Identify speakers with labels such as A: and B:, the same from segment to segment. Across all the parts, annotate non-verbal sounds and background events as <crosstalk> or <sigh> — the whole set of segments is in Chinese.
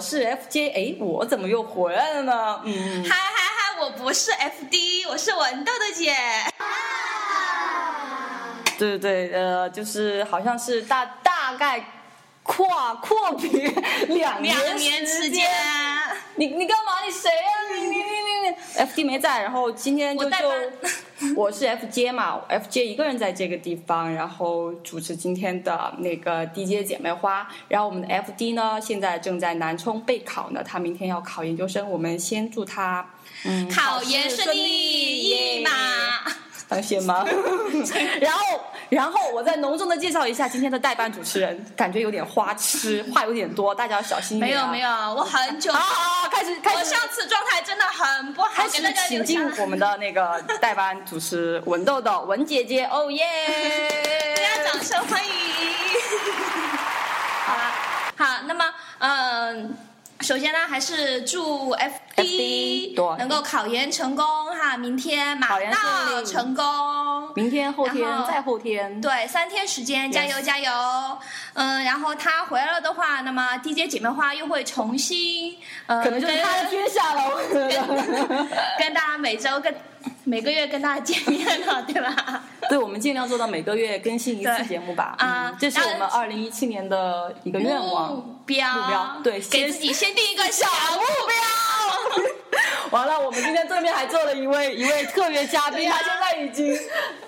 A: 是 FJ，哎，我怎么又回来了呢？嗯，
B: 嗨嗨嗨，我不是 FD，我是文豆豆姐。
A: 对对对，呃，就是好像是大大概跨阔别两
B: 两
A: 年
B: 年
A: 时
B: 时间，啊
A: 你你干嘛？你谁呀、你你你你你，FD 没在，然后今天就
B: 我代
A: 就
B: 班 <laughs>
A: 我是 FJ 嘛，FJ 一个人在这个地方，然后主持今天的那个 DJ 姐妹花。然后我们的 FD 呢，现在正在南充备考呢，他明天要考研究生，我们先祝他嗯
B: 考研
A: 试
B: 顺利一马。
A: 当先
B: <laughs>
A: 吗？然后，然后我再隆重的介绍一下今天的代班主持人，感觉有点花痴，话有点多，大家要小心一
B: 没
A: 点、
B: 有
A: 啊。
B: 没有，我很久，
A: 啊啊！啊开始开
B: 我
A: 始
B: 上次状态真的很不好
A: 开，始
B: 给大家
A: 请
B: 留下
A: 进。我们的那个代班主持文豆豆文姐姐，哦耶！
B: 大家掌声欢迎。 <laughs> 好啦，好，那么嗯、首先呢，还是祝
A: FD
B: FD
A: 对
B: 能够考研成功哈，明天马
A: 考研顺
B: 到
A: 利
B: 成功。
A: 明天后天
B: 然后
A: 再后天，
B: 对，三天时间，加油加油！嗯，然后他回来了的话，那么 DJ 姐妹花又会重新，呃，
A: 可能就是
B: 跟
A: 他的天下了。我觉得
B: <laughs> 跟大家每周跟每个月跟大家见面了，对吧？
A: 对，我们尽量做到每个月更新一次
B: 对
A: 节目吧。
B: 啊
A: 嗯这是我们
B: 然哦
A: 二零一七年的一个愿望。
B: 目标
A: 目标对
B: 给
A: 先
B: 自己先定一个小目标。
A: 完了，我们今天对面还坐了一位一位特别嘉宾，
B: 呀
A: 他现在已经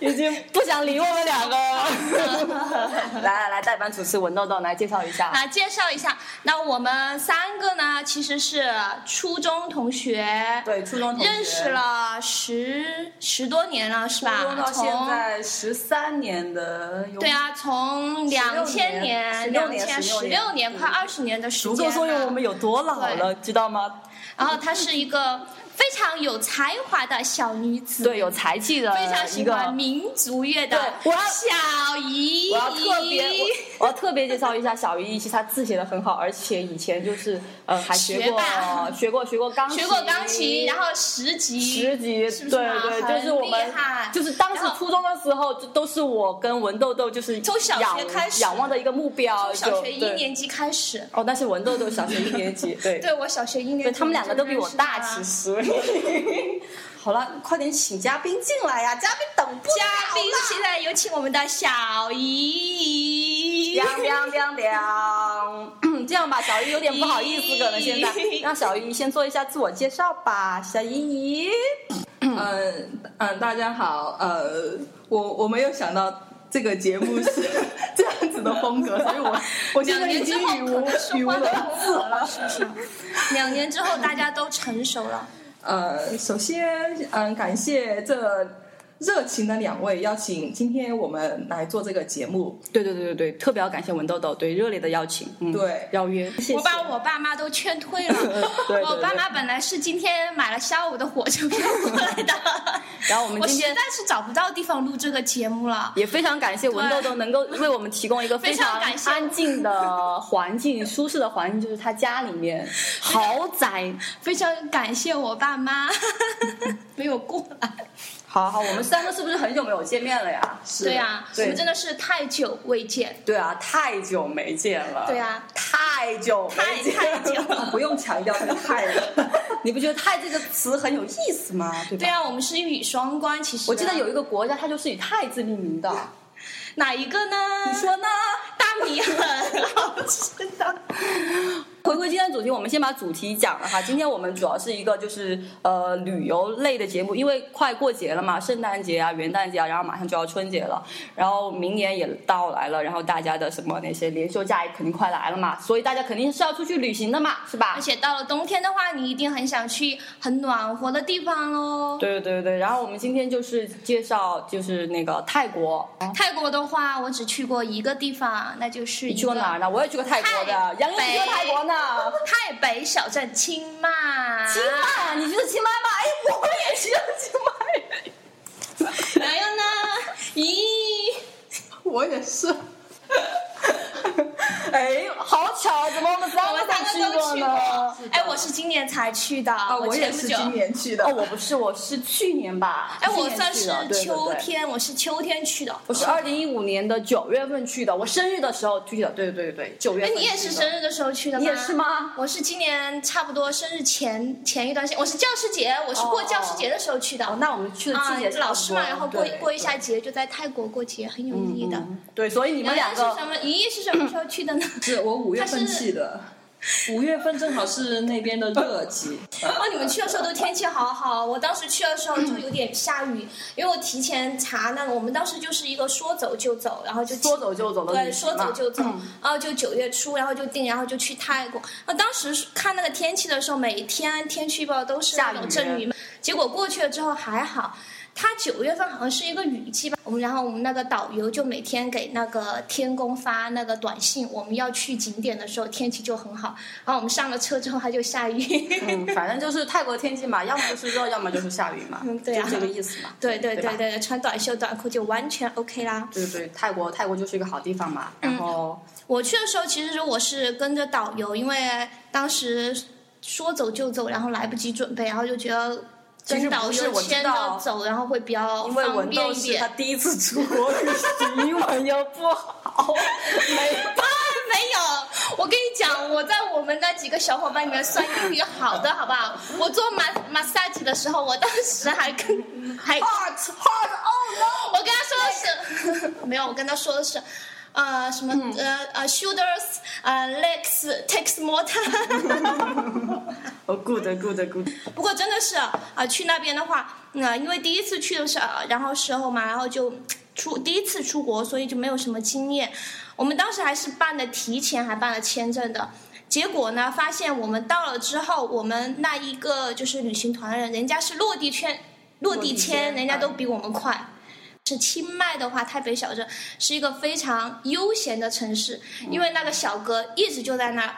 A: 已经不想理我们两个了。来
B: <laughs>
A: 来来，代班主持文豆豆来介绍一下。
B: 啊，介绍一下，那我们三个呢，其实是初中同学，
C: 对，初中同学
B: 认识了十十多年了，是吧
C: 初中？到
B: 从
C: 现在十三年的，有
B: 对，啊，从两千年、
C: 16
B: 两
C: 年
B: 千十
C: 16
B: 六年，
C: 嗯
B: 快二十年的时
A: 足
B: 间
A: 够说
B: 了。
A: 明我们有多老了，知道吗？
B: 然后她是一个非常有才华的小女子，
A: 对，有才气的
B: 嗯非常
A: 一
B: 喜
A: 个。
B: 欢民族乐的
A: 对我要
B: 小姨姨。
A: 我要特别，我我要特别介绍一下小鱼，其实她字写的很好，而且以前就是呃还学过
B: 学霸
A: 学过学过钢琴，
B: 学过钢琴，然后十级，
A: 十级，
B: 是不是啊
A: 对对，就是我
B: 很
A: 们
B: 厉害
A: 就是当时
B: 然后
A: 初中的时候，就都是我跟文豆豆就是
B: 从小学
A: 仰
B: 开始
A: 仰望的一个目标，
B: 从小
A: 就
B: 学一
A: 对
B: 年级开始。
A: 哦，但是文豆豆小学一年级，对
B: <laughs> 对，我小学一年
A: 对，
B: 级，
A: 他们两个都比我大，其
B: 其实。
A: 实。 <laughs>
C: 好了，快点请嘉宾进来呀，嘉宾等不了
B: 嘉宾现在有请我们的小姨姨。
A: 凉凉凉凉， <coughs> 这样吧，小姨有点不好意思，可能 <laughs> 现在让小姨先做一下自我介绍吧，小姨姨。
C: 嗯嗯，大家好，呃，我我没有想到这个节目
D: <laughs>
C: 是这样子的风格，所以我
A: <laughs>
C: 我现
B: 两
C: 在已
B: 年之
C: 经
B: 后
C: 语
B: 可
C: 无
B: 能说
C: 语无
B: 话都
C: 伦
B: 不好了，是不是？两年之后大家都成熟
A: <laughs>
B: 了，
C: 呃，首先，嗯，感谢这热情的两位邀请，今天我们来做这个节目。
A: 对对对对对，特别要感谢文豆豆对热烈的邀请，嗯
C: 对
A: 邀约，谢谢
B: 我。把我爸妈都劝退了。
A: <laughs> 对对
B: 我爸
A: 对
B: 妈本来是今天买了下午的火车票过来的，
A: <laughs> 然后我们
B: 我
A: 今
B: 实
A: 天
B: 在是找不到地方录这个节目了。
A: 也非常感谢文豆豆能够为我们提供一个非常
B: 非常感谢
A: 安静的环境，舒适的环境就是他家里 <laughs> 面豪宅。
B: 非常感谢我爸妈 <laughs> 没有过来。
A: 好好，我们三个是不是很久没有见面了呀？
C: 是
B: 对呀、我
A: 对
B: 们真的是太久未见。
A: 对啊，太久没见了。
B: 对啊，
A: 太久没见了
B: 太太久
A: <laughs>
B: 了
C: 不用强调这个太
B: <laughs>
C: 了。
A: 你不觉得“太”这个词很有意思吗？对吧？
B: 对啊，我们是一语双关。其实
A: 我记得有一个国家，它就是以“太”字命名的。
B: 哪一个呢？
A: 你说呢？
B: 大米很好吃的。
A: 回归今天的主题，我们先把主题讲了哈。今天我们主要是一个就是呃旅游类的节目，因为快过节了嘛，圣诞节啊、元旦节啊，然后马上就要春节了，然后明年也到来了，然后大家的什么那些连休假也肯定快来了嘛，所以大家肯定是要出去旅行的嘛，是吧
B: 而？且到了冬天的话，你一定很想去很暖和的地方喽。
A: 对对对对，然后我们今天就是介绍就是那个泰国，
B: 泰国的话，我只去过一个地方，那就是一
A: 你
B: 个
A: 去过哪儿呢？我也去过泰啊国的，
B: 泰
A: 杨毅去过泰国呢。
B: 泰北小镇清迈。
A: 清迈，你去的清迈吗？哎，我也去了清迈。
B: 还有 <laughs> 呢？咦，
C: <laughs> 我也是。
A: 哎，好巧，怎么我们三
B: 我们三
A: 去哦
B: 个都去
A: 呢？
B: 哎，我是今年才去的，
C: 啊，
B: 我
C: 我
B: 前
C: 也
B: 不
C: 是
B: 久
C: 今年去的。
A: 哦，我不是，我是去年吧。
B: <laughs> 哎，我
A: 去年
B: 算
A: 去
B: 是
A: 的对对
B: 秋
A: 对
B: 天，我是秋天去的。
A: 我是二零一五年的九月份去的，我生日的时候去的。对对对对，九月
B: 哎，
A: 份。
B: 你也是生，日的时候去的吗？
A: 你也是？吗？
B: 我是今年差不多生日前前一段时间，我是教师节，我是过
A: 哦
B: 教师节的时候去的。
A: 哦，那我们去的
B: 啊
A: 季节、，
B: 老师嘛，然后过过一下
A: 节
B: 节，就在泰国过节，很有意义的。
A: 嗯对，所以你们两
B: 是
A: 个
B: 什么？莹莹是什么时候去的呢？
C: 是我五月
B: 它
C: 份
B: 是
C: 去的，
D: 五月份正好是那边的热
C: <laughs>
D: 季，
C: 啊
B: 哦，你们去的时候都天气好好，我当时去的时候就有点下雨，因为我提前查那个，我们当时就是一个说走就走，然后就
A: 说走就走的
B: 对，
A: 旅
B: 说
A: 行嘛
B: 走就走，
A: 嗯
B: 然后就九月初，然后就定，然后就去泰国。那当时是看那个天气的时候，每天天气预报都是那
A: 下
B: 种
A: 雨
B: 阵雨嘛，结果过去了之后还好。它九月份好像是一个雨季吧，我们然后我们那个导游就每天给那个天宫发那个短信，我们要去景点的时候天气就很好，然后我们上了车之后它就下雨。 <laughs>
A: 嗯，反正就是泰国天气嘛，要么就是热，要么就是下雨嘛，
B: <laughs> 嗯对啊
A: 就这个意思嘛。
B: 对对对
A: 对吧
B: 对对，穿短袖短裤就完全 OK 啦。
A: 对对，泰国泰国就是一个好地方嘛。
B: 嗯
A: 然后，
B: 我去的时候，其实我是跟着导游，因为当时说走就走，然后来不及准备，然后就觉得
A: 其实
B: 跟
A: 不
B: 导
A: 是
B: 游
A: 我知
B: 牵
A: 道
B: 着走，然后会比较
A: 因为
B: 方
A: 文
B: 便
A: 豆
B: 一
A: 是他
B: 点。
A: 第一次出国旅行，英文又不
B: <laughs>
A: 好，没办
B: 没有，我跟你讲，我在我们那几个小伙伴里面算英语好的，好不好？我做马马萨吉的时候，我当时还跟还
A: 法。Hot oh
B: 我跟他说的是，没有，我跟他说的是，呃，什么、
A: 嗯
B: 呃呃，shoulders，呃，legs takes more time。
A: no！哦，good good good。
B: 不过真的是啊、去那边的话，那、因为第一次去的时候，呃然后时候嘛，然后就出第一次出国，所以就没有什么经验。我们当时还是办的提前，还办了签证的。结果呢，发现我们到了之后，我们那一个就是旅行团的人，人家是落地签，落地
A: 地签
B: 签，人家
A: 嗯
B: 都比我们快。是清迈的话，太北小镇是一个非常悠闲的城市，因为那个小哥一直就在那儿。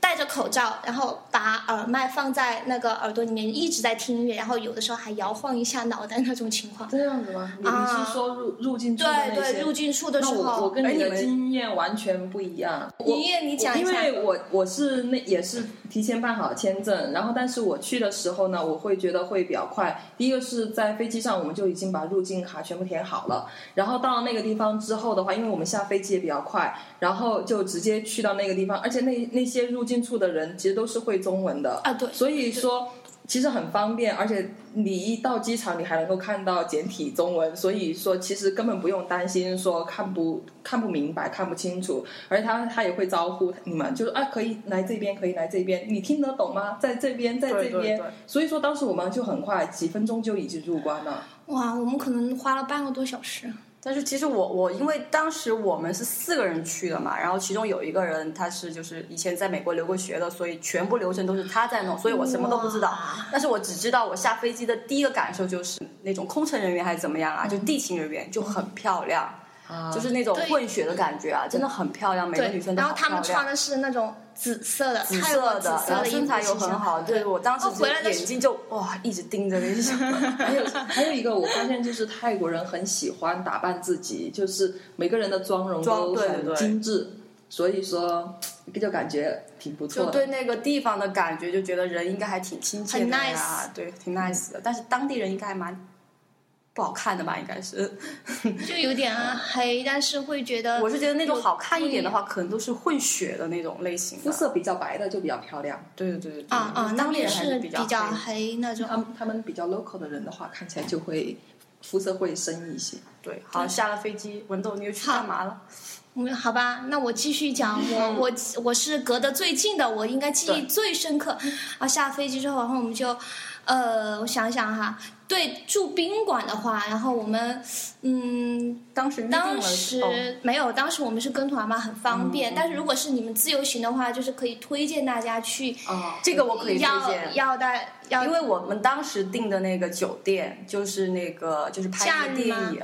B: 戴着口罩，然后把耳麦放在那个耳朵里面，一直在听音乐，然后有的时候还摇晃一下脑袋那种情况。
D: 这样子吗？你
B: 啊
D: 你是说入入境处的
B: <laughs> 对
D: 那些？
B: 对，入境处的时
D: 那我我
B: 候，
D: 跟你
C: 哎你
D: 的
C: 们
D: 经验完全不一样。我
B: 莹莹，你讲一
D: 因
B: 下。
D: 为我我是那也是提前办好签证，然后但是我去的时候呢，我会觉得会比较快。第一个是在飞机上，我们就已经把入境卡全部填好了，然后到那个地方之后的话，因为我们下飞机也比较快，然后就直接去到那个地方，而且那那些入境处的人其实都是会中文的
B: 啊对
D: 所以说。其实很方便，而且你一到机场，你还能够看到简体中文，所以说其实根本不用担心说看不看不明白、看不清楚，而且他他也会招呼你们，就是啊可以来这边，可以来这边，你听得懂吗？在这边，在这边，
A: 对对对
D: 所以说当时我们就很快，几分钟就已经入关了。
B: 哇，我们可能花了半个多小时。
A: 但是其实我我因为当时我们是四个人去的嘛，然后其中有一个人他是就是以前在美国留过学的，所以全部流程都是他在弄，所以我什么都不知道
B: 哇。
A: 但是我只知道我下飞机的第一个感受就是那种空乘人员还是怎么样啊，就地勤人员就很漂亮，就是那种
B: 对
A: 混血的感觉啊，真的很漂亮，每个女
B: 对
A: 生，都
B: 然
A: 好
B: 后他
A: 漂
B: 们穿
A: 亮。
B: 的是那种紫色的，
A: 紫
B: 泰
A: 色
B: 国
A: 的，
B: 紫色
A: 然后
B: 的衣服
A: 身材又
B: 形象
A: 很好，对我当时
B: 哦回来
A: 就
B: 的
A: 眼
B: 时
A: 睛就哇一直盯着那种。
D: 还有还有一个，我发现就是泰国人很喜欢打扮自己，就是每个人的妆容
A: 妆
D: 都
A: 对对
D: 很
A: 对
D: 精致，所以说就感觉挺不错
A: 就
D: 的。
A: 对那个地方的感觉，就觉得人应该还挺亲切的呀，对，挺 nice 的。但是当地人应该还蛮不好看的吧？应该是，
B: <laughs> 就有点啊黑，但是会觉得
A: 我是觉得那种好看一点的话，可能都是混血的那种类型
D: 肤
A: 的。
D: 色比较白的就比较漂亮，
A: 对对对对，
B: 啊啊，那
A: 当地
B: 边
A: 人还
B: 是
A: 比
B: 较
A: 较黑嗯
B: 黑那种
D: 他。们他们比较 local 的人的话，看起来就会肤色会深一些。
A: 对，好，下了飞机，文豆你又去干嘛了？
B: 嗯，好吧，那我继续讲，我
A: 嗯
B: 我我是隔得最近的，我应该记忆最深刻。啊，下飞机之后，然后我们就，呃，我想想哈，对，住宾馆的话，然后我们，嗯，
A: 当时预定了
B: 当
A: 哦嗯
B: 时没有，当时我们是跟团嘛，很方便。但是如果是你们自由行的话，就是可以推荐大家去，
D: 啊，
A: 哦这个我可以推
B: 要
A: 荐。
B: 要带要
A: 因为我们当时订的那个酒店就是那个就是拍
B: 假
A: 那个
B: 日吗
A: 电影，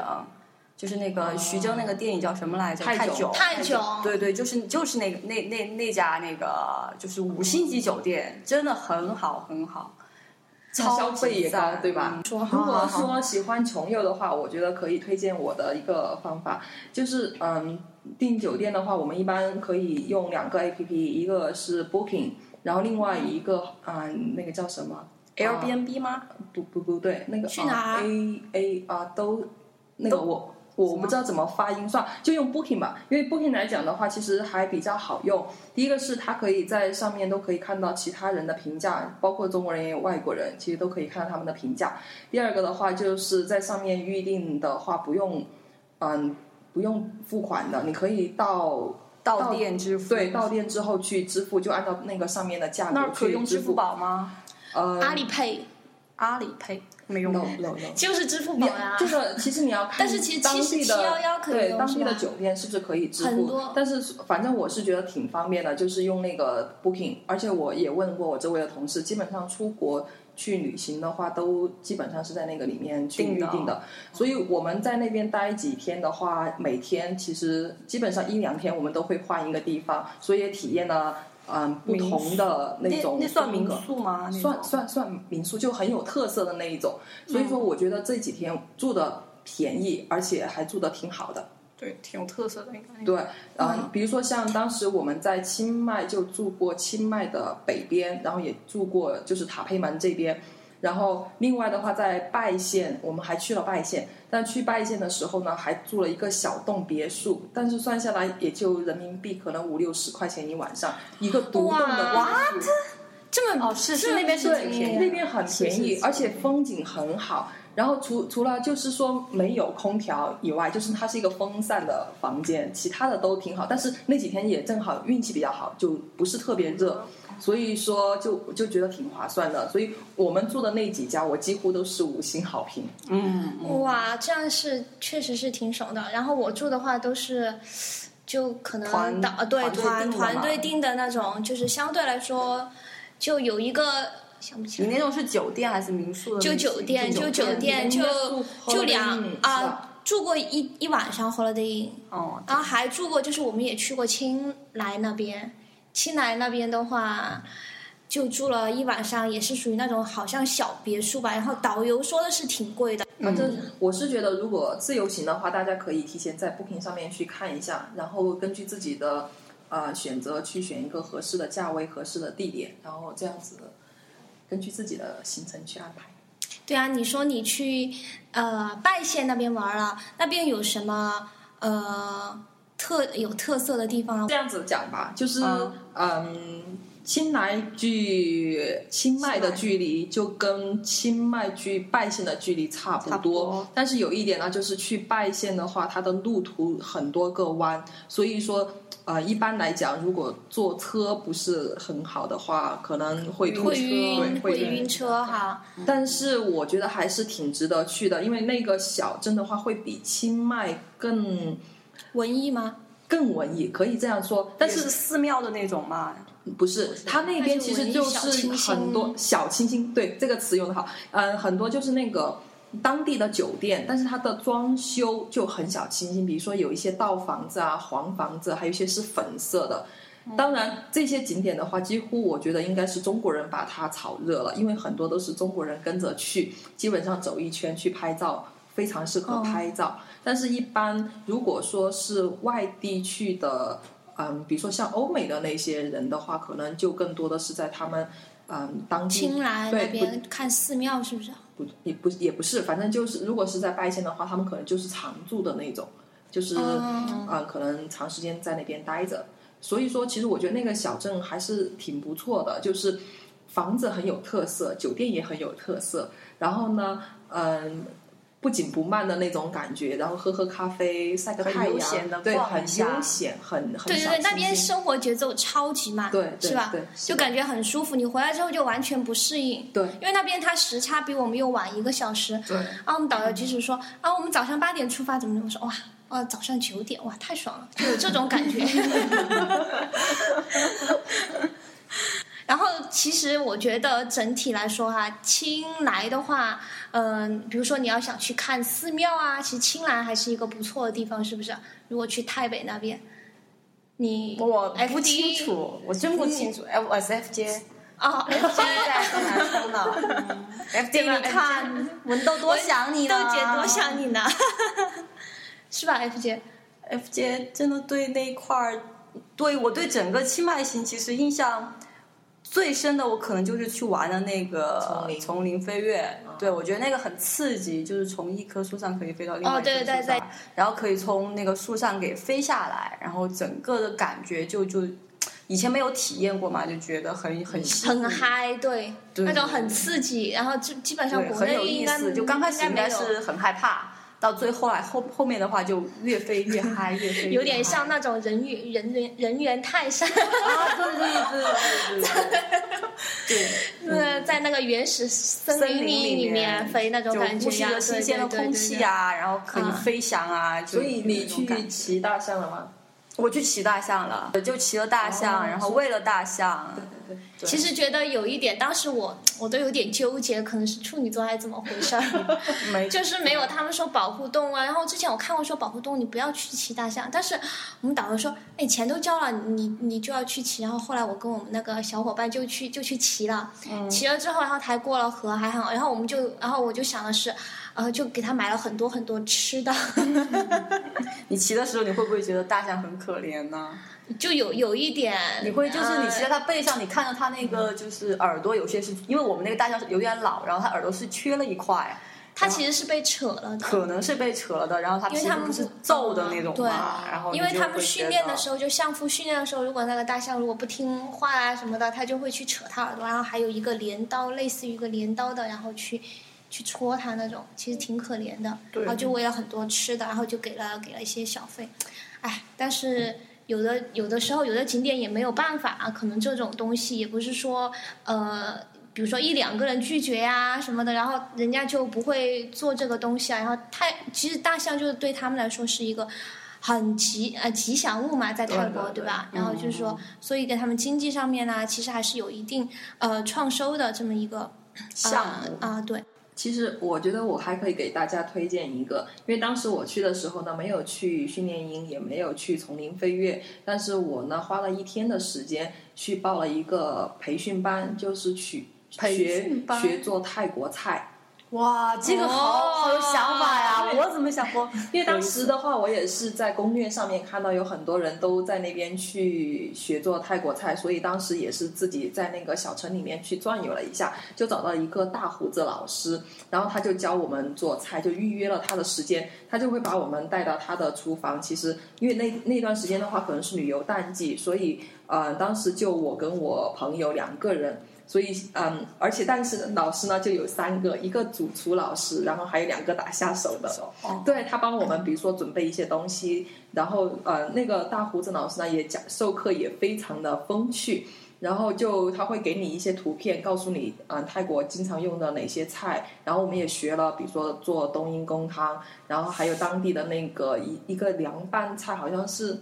A: 就是那个徐峥那个电影叫什么来着？
D: 泰
A: 泰
D: 囧
B: 太久，
A: 哦对对，就是就是那个那那那家那个就是五星级酒店，真的很好很好，超
D: 消费
A: 级
D: 也高
A: 赞，
D: 对吧？啊
A: 嗯
B: 说
D: 如
B: 好。
D: 果说喜欢穷游的话，我觉得可以推荐我的一个方法，就是嗯，订酒店的话，我们一般可以用两个 A P P，一个是 Booking，然后另外一个啊、那个叫什么？
A: Airbnb 吗？
D: 不不不对，那个
B: 去哪
D: 啊
B: 儿
D: ？A A 啊都那个我。我不知道怎么发音，算了就用 Booking 吧，因为 Booking 来讲的话，其实还比较好用。第一个是它可以在上面都可以看到其他人的评价，包括中国人也有外国人，其实都可以看到他们的评价。第二个的话，就是在上面预定的话，不用，嗯，不用付款的，你可以到
A: 到店支付
D: 对到店之后去支付，就按照那个上面的价
A: 那
D: 格
A: 儿可以
D: 去
A: 用
D: 支
A: 支付宝吗？
D: 呃，
B: 阿里 Pay
A: 阿里 Pay 没用
D: no
A: 过
D: no no，
B: 就是支付宝呀、
D: 这个其实你要看，
B: 但是其实
D: 当地的
B: 711可以
D: 对
B: 用
D: 当
B: 是
D: 地
B: 吧
D: 的酒店是不是可以支
B: 很
D: 付
B: 多？
D: 但是反正我是觉得挺方便的，就是用那个 Booking，而且我也问过我周围的同事，基本上出国去旅行的话，都基本上是在那个里面去
A: 订
D: 预
A: 的
D: 定的。所以我们在那边待几天的话，每天其实基本上一两天我们都会换一个地方，所以也体验了嗯不同的那种
A: 那算
D: 风
A: 民
D: 格
A: 宿吗？啊那种
D: 算算算民宿就很有特色的那一种，所以说我觉得这几天住的便宜，而且还住的挺好的。
A: 对，挺有特色的应该。
D: 对，嗯，比如说像当时我们在清迈就住过清迈的北边，然后也住过就是塔佩门这边，然后另外的话在拜县，我们还去了拜县，但去拜县的时候呢，还住了一个小栋别墅，但是算下来也就人民币可能五六十块钱一晚上，一个独栋的
B: 哇
D: 别墅。
B: 这么
A: 哦，是是那边是
D: 对
A: 挺便宜的，
D: 那边很便宜，
A: 是
D: 而且风景很好。然后除除了就是说没有空调以外，就是它是一个风扇的房间，其他的都挺好。但是那几天也正好运气比较好，就不是特别
A: 哦
D: 热，所以说就就觉得挺划算的。所以我们住的那几家，我几乎都是五星好评。
A: 嗯，
B: 哇，啊这样是确实是挺爽的。然后我住的话都是，就可能
A: 团
B: 导对
A: 团队定
B: 团
A: 的嘛
B: 团队定的那种，就是相对来说，就有一个想不起
A: 你
B: 来，
A: 那种是酒店还是民宿的
B: 就
A: 类型？
B: 酒店就酒
D: 酒
B: 店
D: 店
B: 就
D: 应该住
B: 就
D: Holiday
B: 两
D: Inn，是吧
B: 啊。住过一一晚上 Holiday Inn，
A: 哦，
B: 然后还住过，就是我们也去过青莱那边。青莱那边的话，就住了一晚上，也是属于那种好像小别墅吧。然后导游说的是挺贵的，
D: 反正我是觉得，如果自由行的话，大家可以提前在 Booking 上面去看一下，然后根据自己的呃选择去选一个合适的价位、合适的地点，然后这样子根据自己的行程去安排。
B: 对啊，你说你去呃拜县那边玩了，那边有什么呃特有特色的地方啊
D: 这？样子讲吧，就是
A: 嗯
D: 嗯。清莱距清迈的距离就跟清迈距拜县的距离差不
A: 差
D: 多，
A: 不多
D: 但是有一点呢，就是去拜县的话，它的路途很多个弯，所以说呃，一般来讲，如果坐车不是很好的话，可能会晕
B: 会
D: 车
B: 晕，
D: 会
B: 会晕车哈。
D: 但是我觉得还是挺值得去的，因为那个小镇的话，会比清迈更
B: 文艺吗？
D: 更文艺，可以这样说。但
A: 但是
D: 是
A: 寺庙的那种嘛，
D: 不是，它那边其实就
B: 它是
D: 是
B: 文艺小清新
D: 很多小清新，对这个词用的好，嗯，很多就是那个当地的酒店，但是它的装修就很小清新，比如说有一些稻房子啊、黄房子，还有一些是粉色的。当然，这些景点的话，几乎我觉得应该是中国人把它炒热了，因为很多都是中国人跟着去，基本上走一圈去拍照，非常适合拍照。但是，一般如果说是外地去的，嗯，比如说像欧美的那些人的话，可能就更多的是在他们嗯当地
B: 青莱那
D: 对不
B: 边看寺庙是不啊是？
D: 不也不也不是，反正就是如果是在拜县的话，他们可能就是常住的那种，就是
B: 嗯
A: 哦
D: 嗯、呃可能长时间在那边待着。所以说，其实我觉得那个小镇还是挺不错的，就是房子很有特色，酒店也很有特色。然后呢，嗯、不紧不慢的那种感觉，然后喝喝咖啡，晒个
A: 很
D: 太
A: 悠闲地
D: 阳，对，
A: 逛一
D: 很
A: 下
D: 悠闲，很很
B: 对对
D: 小
B: 对，那
D: 清
B: 边
D: 新
B: 生活节奏超级慢，
D: 对对
B: 是吧
D: 对？
B: 就感觉很舒服。你回来之后就完全不适应，
D: 对
B: 因为那边它时差比我们又晚一个小时。
D: 对
B: 啊，我们导游即使说啊，我们早上八点出发，怎么怎么说哇。哦，早上九点，哇，太爽了，就有这种感觉。 <laughs> 然后，其实我觉得整体来说哈、青莱的话，嗯、比如说你要想去看寺庙啊，其实青莱还是一个不错的地方，是不是？如果去太北那边，你
A: 我
B: FD
A: 不清楚，我真不清楚。F S F 街
B: 哦，
A: 现在在南 <laughs> 充呢，F 街你看文豆多想你
B: 豆
A: 呢， <laughs>
B: 姐多想你呢，是吧，F 姐？
A: F 街真的对那一块儿，对我对整个清迈行其实印象最深的，我可能就是去玩的那个
D: 丛林
A: 丛林飞跃。对，我觉得那个很刺激，就是从一棵树上可以飞到另外一棵树上，
B: 哦对对对
A: 然后可以从那个树上给飞下来，然后整个的感觉就就以前没有体验过嘛，就觉得很很吸引
B: 很嗨，对，那种很刺激，然后就基本上
A: 对，
B: 国
A: 很有
B: 内
A: 意
B: 应该
A: 思。就刚开始应
B: 没
A: 该
B: 有，
A: 是很害怕，到最后来后后面的话就越飞越嗨，越飞越
B: 有点像
A: 嗨
B: 那种人猿人猿人猿泰山，
A: 啊，对对对对
B: <laughs>
A: 对对
B: 对， <laughs> 在那个原始森
A: 嗯森林
B: 林
A: 里
B: 里面飞那种
A: 就
B: 感觉
A: 呼吸
B: 呀，
A: 着新鲜的空气
B: 呀，
A: 啊，然后可
B: 嗯
A: 以飞翔啊，
D: 所以你
A: 去
D: 去骑大象了吗？
A: 我去骑大象了，就骑了大象，
D: 哦
A: 然后喂了大象，
D: 对对
B: 其实觉得有一点，当时我我都有点纠结，可能是处女座还是怎么回事儿，
A: <laughs> 没
B: <laughs> 就是没有他们说保护动物啊。然后之前我看过说保护动物你不要去骑大象，但是我们导游说，哎，钱都交了，你你就要去骑。然后后来我跟我们那个小伙伴就去就去骑了，
A: 嗯
B: 骑了之后，然后才过了河，还好。然后我们就，然后我就想的是，呃，就给他买了很多很多吃的。 <laughs>
A: 你骑的时候，你会不会觉得大象很可怜呢？
B: 就有有一点，
A: 你会就是你
B: 呃
A: 骑在它背上，你看到它那个就是耳朵有些是因为我们那个大象是有点老，然后它耳朵是缺了一块，
B: 它其实是被扯了的，
A: 可能是被扯了的，然后它
B: 因为
A: 皮
B: 他
A: 肤
B: 们
A: 不是
B: 不
A: 皱的那种
B: 对
A: 嘛，然后
B: 因为他们训练的
A: 候。
B: 时候，就相扑训练的时候，如果那个大象如果不听话啊什么的，它就会去扯它耳朵，然后还有一个镰刀，类似于一个镰刀的，然后去去戳它那种，其实挺可怜的。然后就喂了很多吃的，然后就给了给了一些小费，哎，但是。有的有的时候，有的景点也没有办法啊，可能这种东西也不是说，呃，比如说一两个人拒绝呀、什么的，然后人家就不会做这个东西啊。然后太，其实大象就是对他们来说是一个很吉呃吉祥物嘛，在泰
A: 对
B: 国
A: 对对
B: 吧？然后就是说，所以给他们经济上面呢、其实还是有一定呃创收的这么一个
A: 项
B: 啊
A: 目、
B: 啊对，
D: 其实我觉得我还可以给大家推荐一个，因为当时我去的时候呢，没有去训练营，也没有去丛林飞跃，但是我呢花了一天的时间去报了一个培训班，就是去
A: 培
D: 学
A: 训班
D: 学做泰国菜。
A: 哇，这个好、
B: 哦
A: 好有想法 <laughs> 呀！我怎么想过？
D: 因为当时的话，我也是在攻略上面看到有很多人都在那边去学做泰国菜，所以当时也是自己在那个小城里面去转悠了一下，就找到一个大胡子老师，然后他就教我们做菜，就预约了他的时间，他就会把我们带到他的厨房。其实因为那那段时间的话，可能是旅游淡季，所以呃，当时就我跟我朋友两个人。所以，嗯，而且但是老师呢就有三个，一个主厨老师，然后还有两个打下手的，
A: 哦
D: 对他帮我们，比如说准备一些东西，然后呃，那个大胡子老师呢也讲授课也非常的风趣，然后就他会给你一些图片，告诉你嗯、呃泰国经常用的哪些菜，然后我们也学了，比如说做冬阴功汤，然后还有当地的那个一一个凉拌菜，好像是。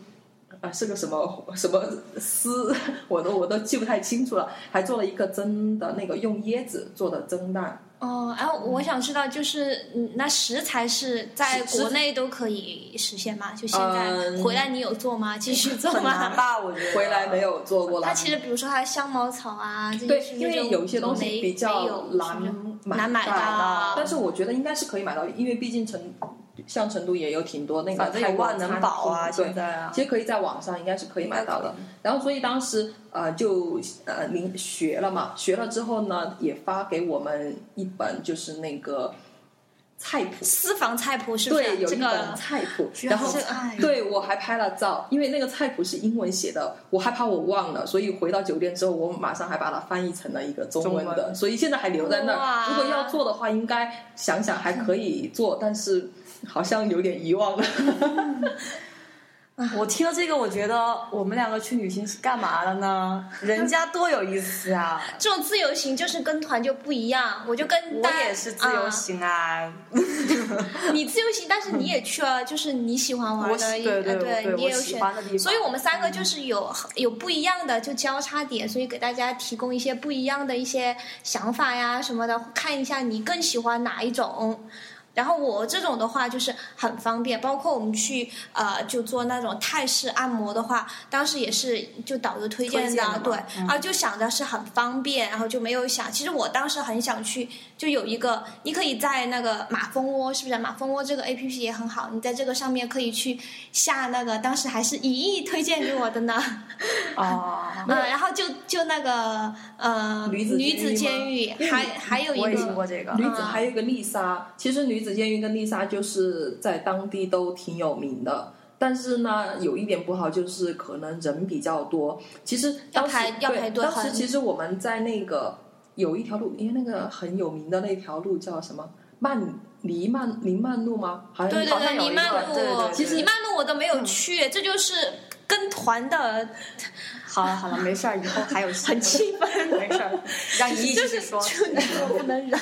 D: 啊，是个什么什么丝， <laughs> 我都我都记不太清楚了。还做了一个蒸的那个用椰子做的蒸蛋，
B: 哦，然后我想知道，就是嗯那食材是在
D: 食
B: 国内都可以实现吗？就现在、
D: 嗯
B: 回来你有做吗？继续做
A: 很难
B: 吗？
A: 吧？我觉得
D: <laughs> 回来没有做过了。
B: 它其实比如说它香茅草啊，这些
D: 对
B: 是，不
D: 因
B: 是
D: 为
B: 就
D: 有一些东西
B: 没
D: 比
B: 没
D: 较
B: 有
D: 难
B: 是不是难买
D: 买
B: 到
D: 但是我觉得应该是可以买到，因为毕竟成像成都也有挺多那个
A: 反正
D: 泰
A: 有
D: 国
A: 万能宝啊，
D: 餐厅
A: 现
D: 对。
A: 在啊，
D: 其实可以在网上应该是可以买到的
A: 应，
D: 然后所以当时呃就呃您学了嘛，学了之后呢也发给我们一本就是那个菜谱，
B: 私房菜谱是不是？
D: 对，有
B: 这
D: 一本
B: 个
D: 菜谱，
B: 然
D: 然后
B: 是哎
D: 对我还拍了照，因为那个菜谱是英文写的，我害怕我忘了，所以回到酒店之后，我马上还把它翻译成了一个中文的，
A: 中文
D: 所以现在还留在那
B: 哇
D: 儿。如果要做的话，应该想想还可以做，但是好像有点遗忘了。
A: 我听了这个，我觉得我们两个去旅行是干嘛的呢？人家多有意思啊！
B: 这种自由行就是跟团就不一样，我就跟
A: 我
B: 大
A: 也是自
B: 嗯
A: 由、行啊，
B: 啊你自由行，但是你也去了，就是你喜欢玩
A: 我
B: 的，
A: 喜对
B: 呃
A: 对对，
B: 你也
A: 我
B: 有
A: 喜
B: 选。
A: 欢的地方。
B: 所以我们三个就是有有不一样的就交叉点，所以给大家提供一些不一样的一些想法呀什么的，看一下你更喜欢哪一种。然后我这种的话就是很方便，包括我们去呃就做那种泰式按摩的话，当时也是就导游推荐的，
C: 推荐的嘛
B: 对，啊就想着是很方便，然后就没有想，其实我当时很想去，就有一个你可以在那个马蜂窝，是不是？马蜂窝这个 A P P 也很好，你在这个上面可以去下那个，当时还是一亿推荐给我的呢。
A: 啊，
B: 嗯，然后就就那个呃
D: 女子监狱吗
B: 监狱，
D: 为
B: 还
D: 你
B: 还有一
A: 我也听
B: 个
A: 过这个嗯
D: 女子还有一个丽莎，其实女子监狱跟丽莎就是在当地都挺有名的。但是呢，有一点不好就是可能人比较多。其实
B: 要
D: 当时
B: 排要
D: 对
B: 排队
D: 当时
B: 很
D: 其实我们在那个有一条路，因为那个很有名的那条路叫什么曼黎曼黎曼路吗？好像
B: 对
D: 好
B: 对对
D: 像有一
B: 黎
D: 个
B: 曼
A: 对对嗯
B: 路，
A: 对
D: 其实
B: 黎曼路我都没有去，这就是跟团的
A: <laughs> 好了好了，没事儿，以后还有
B: 很气愤，
A: 没事儿，让一继续说。
B: 不能忍。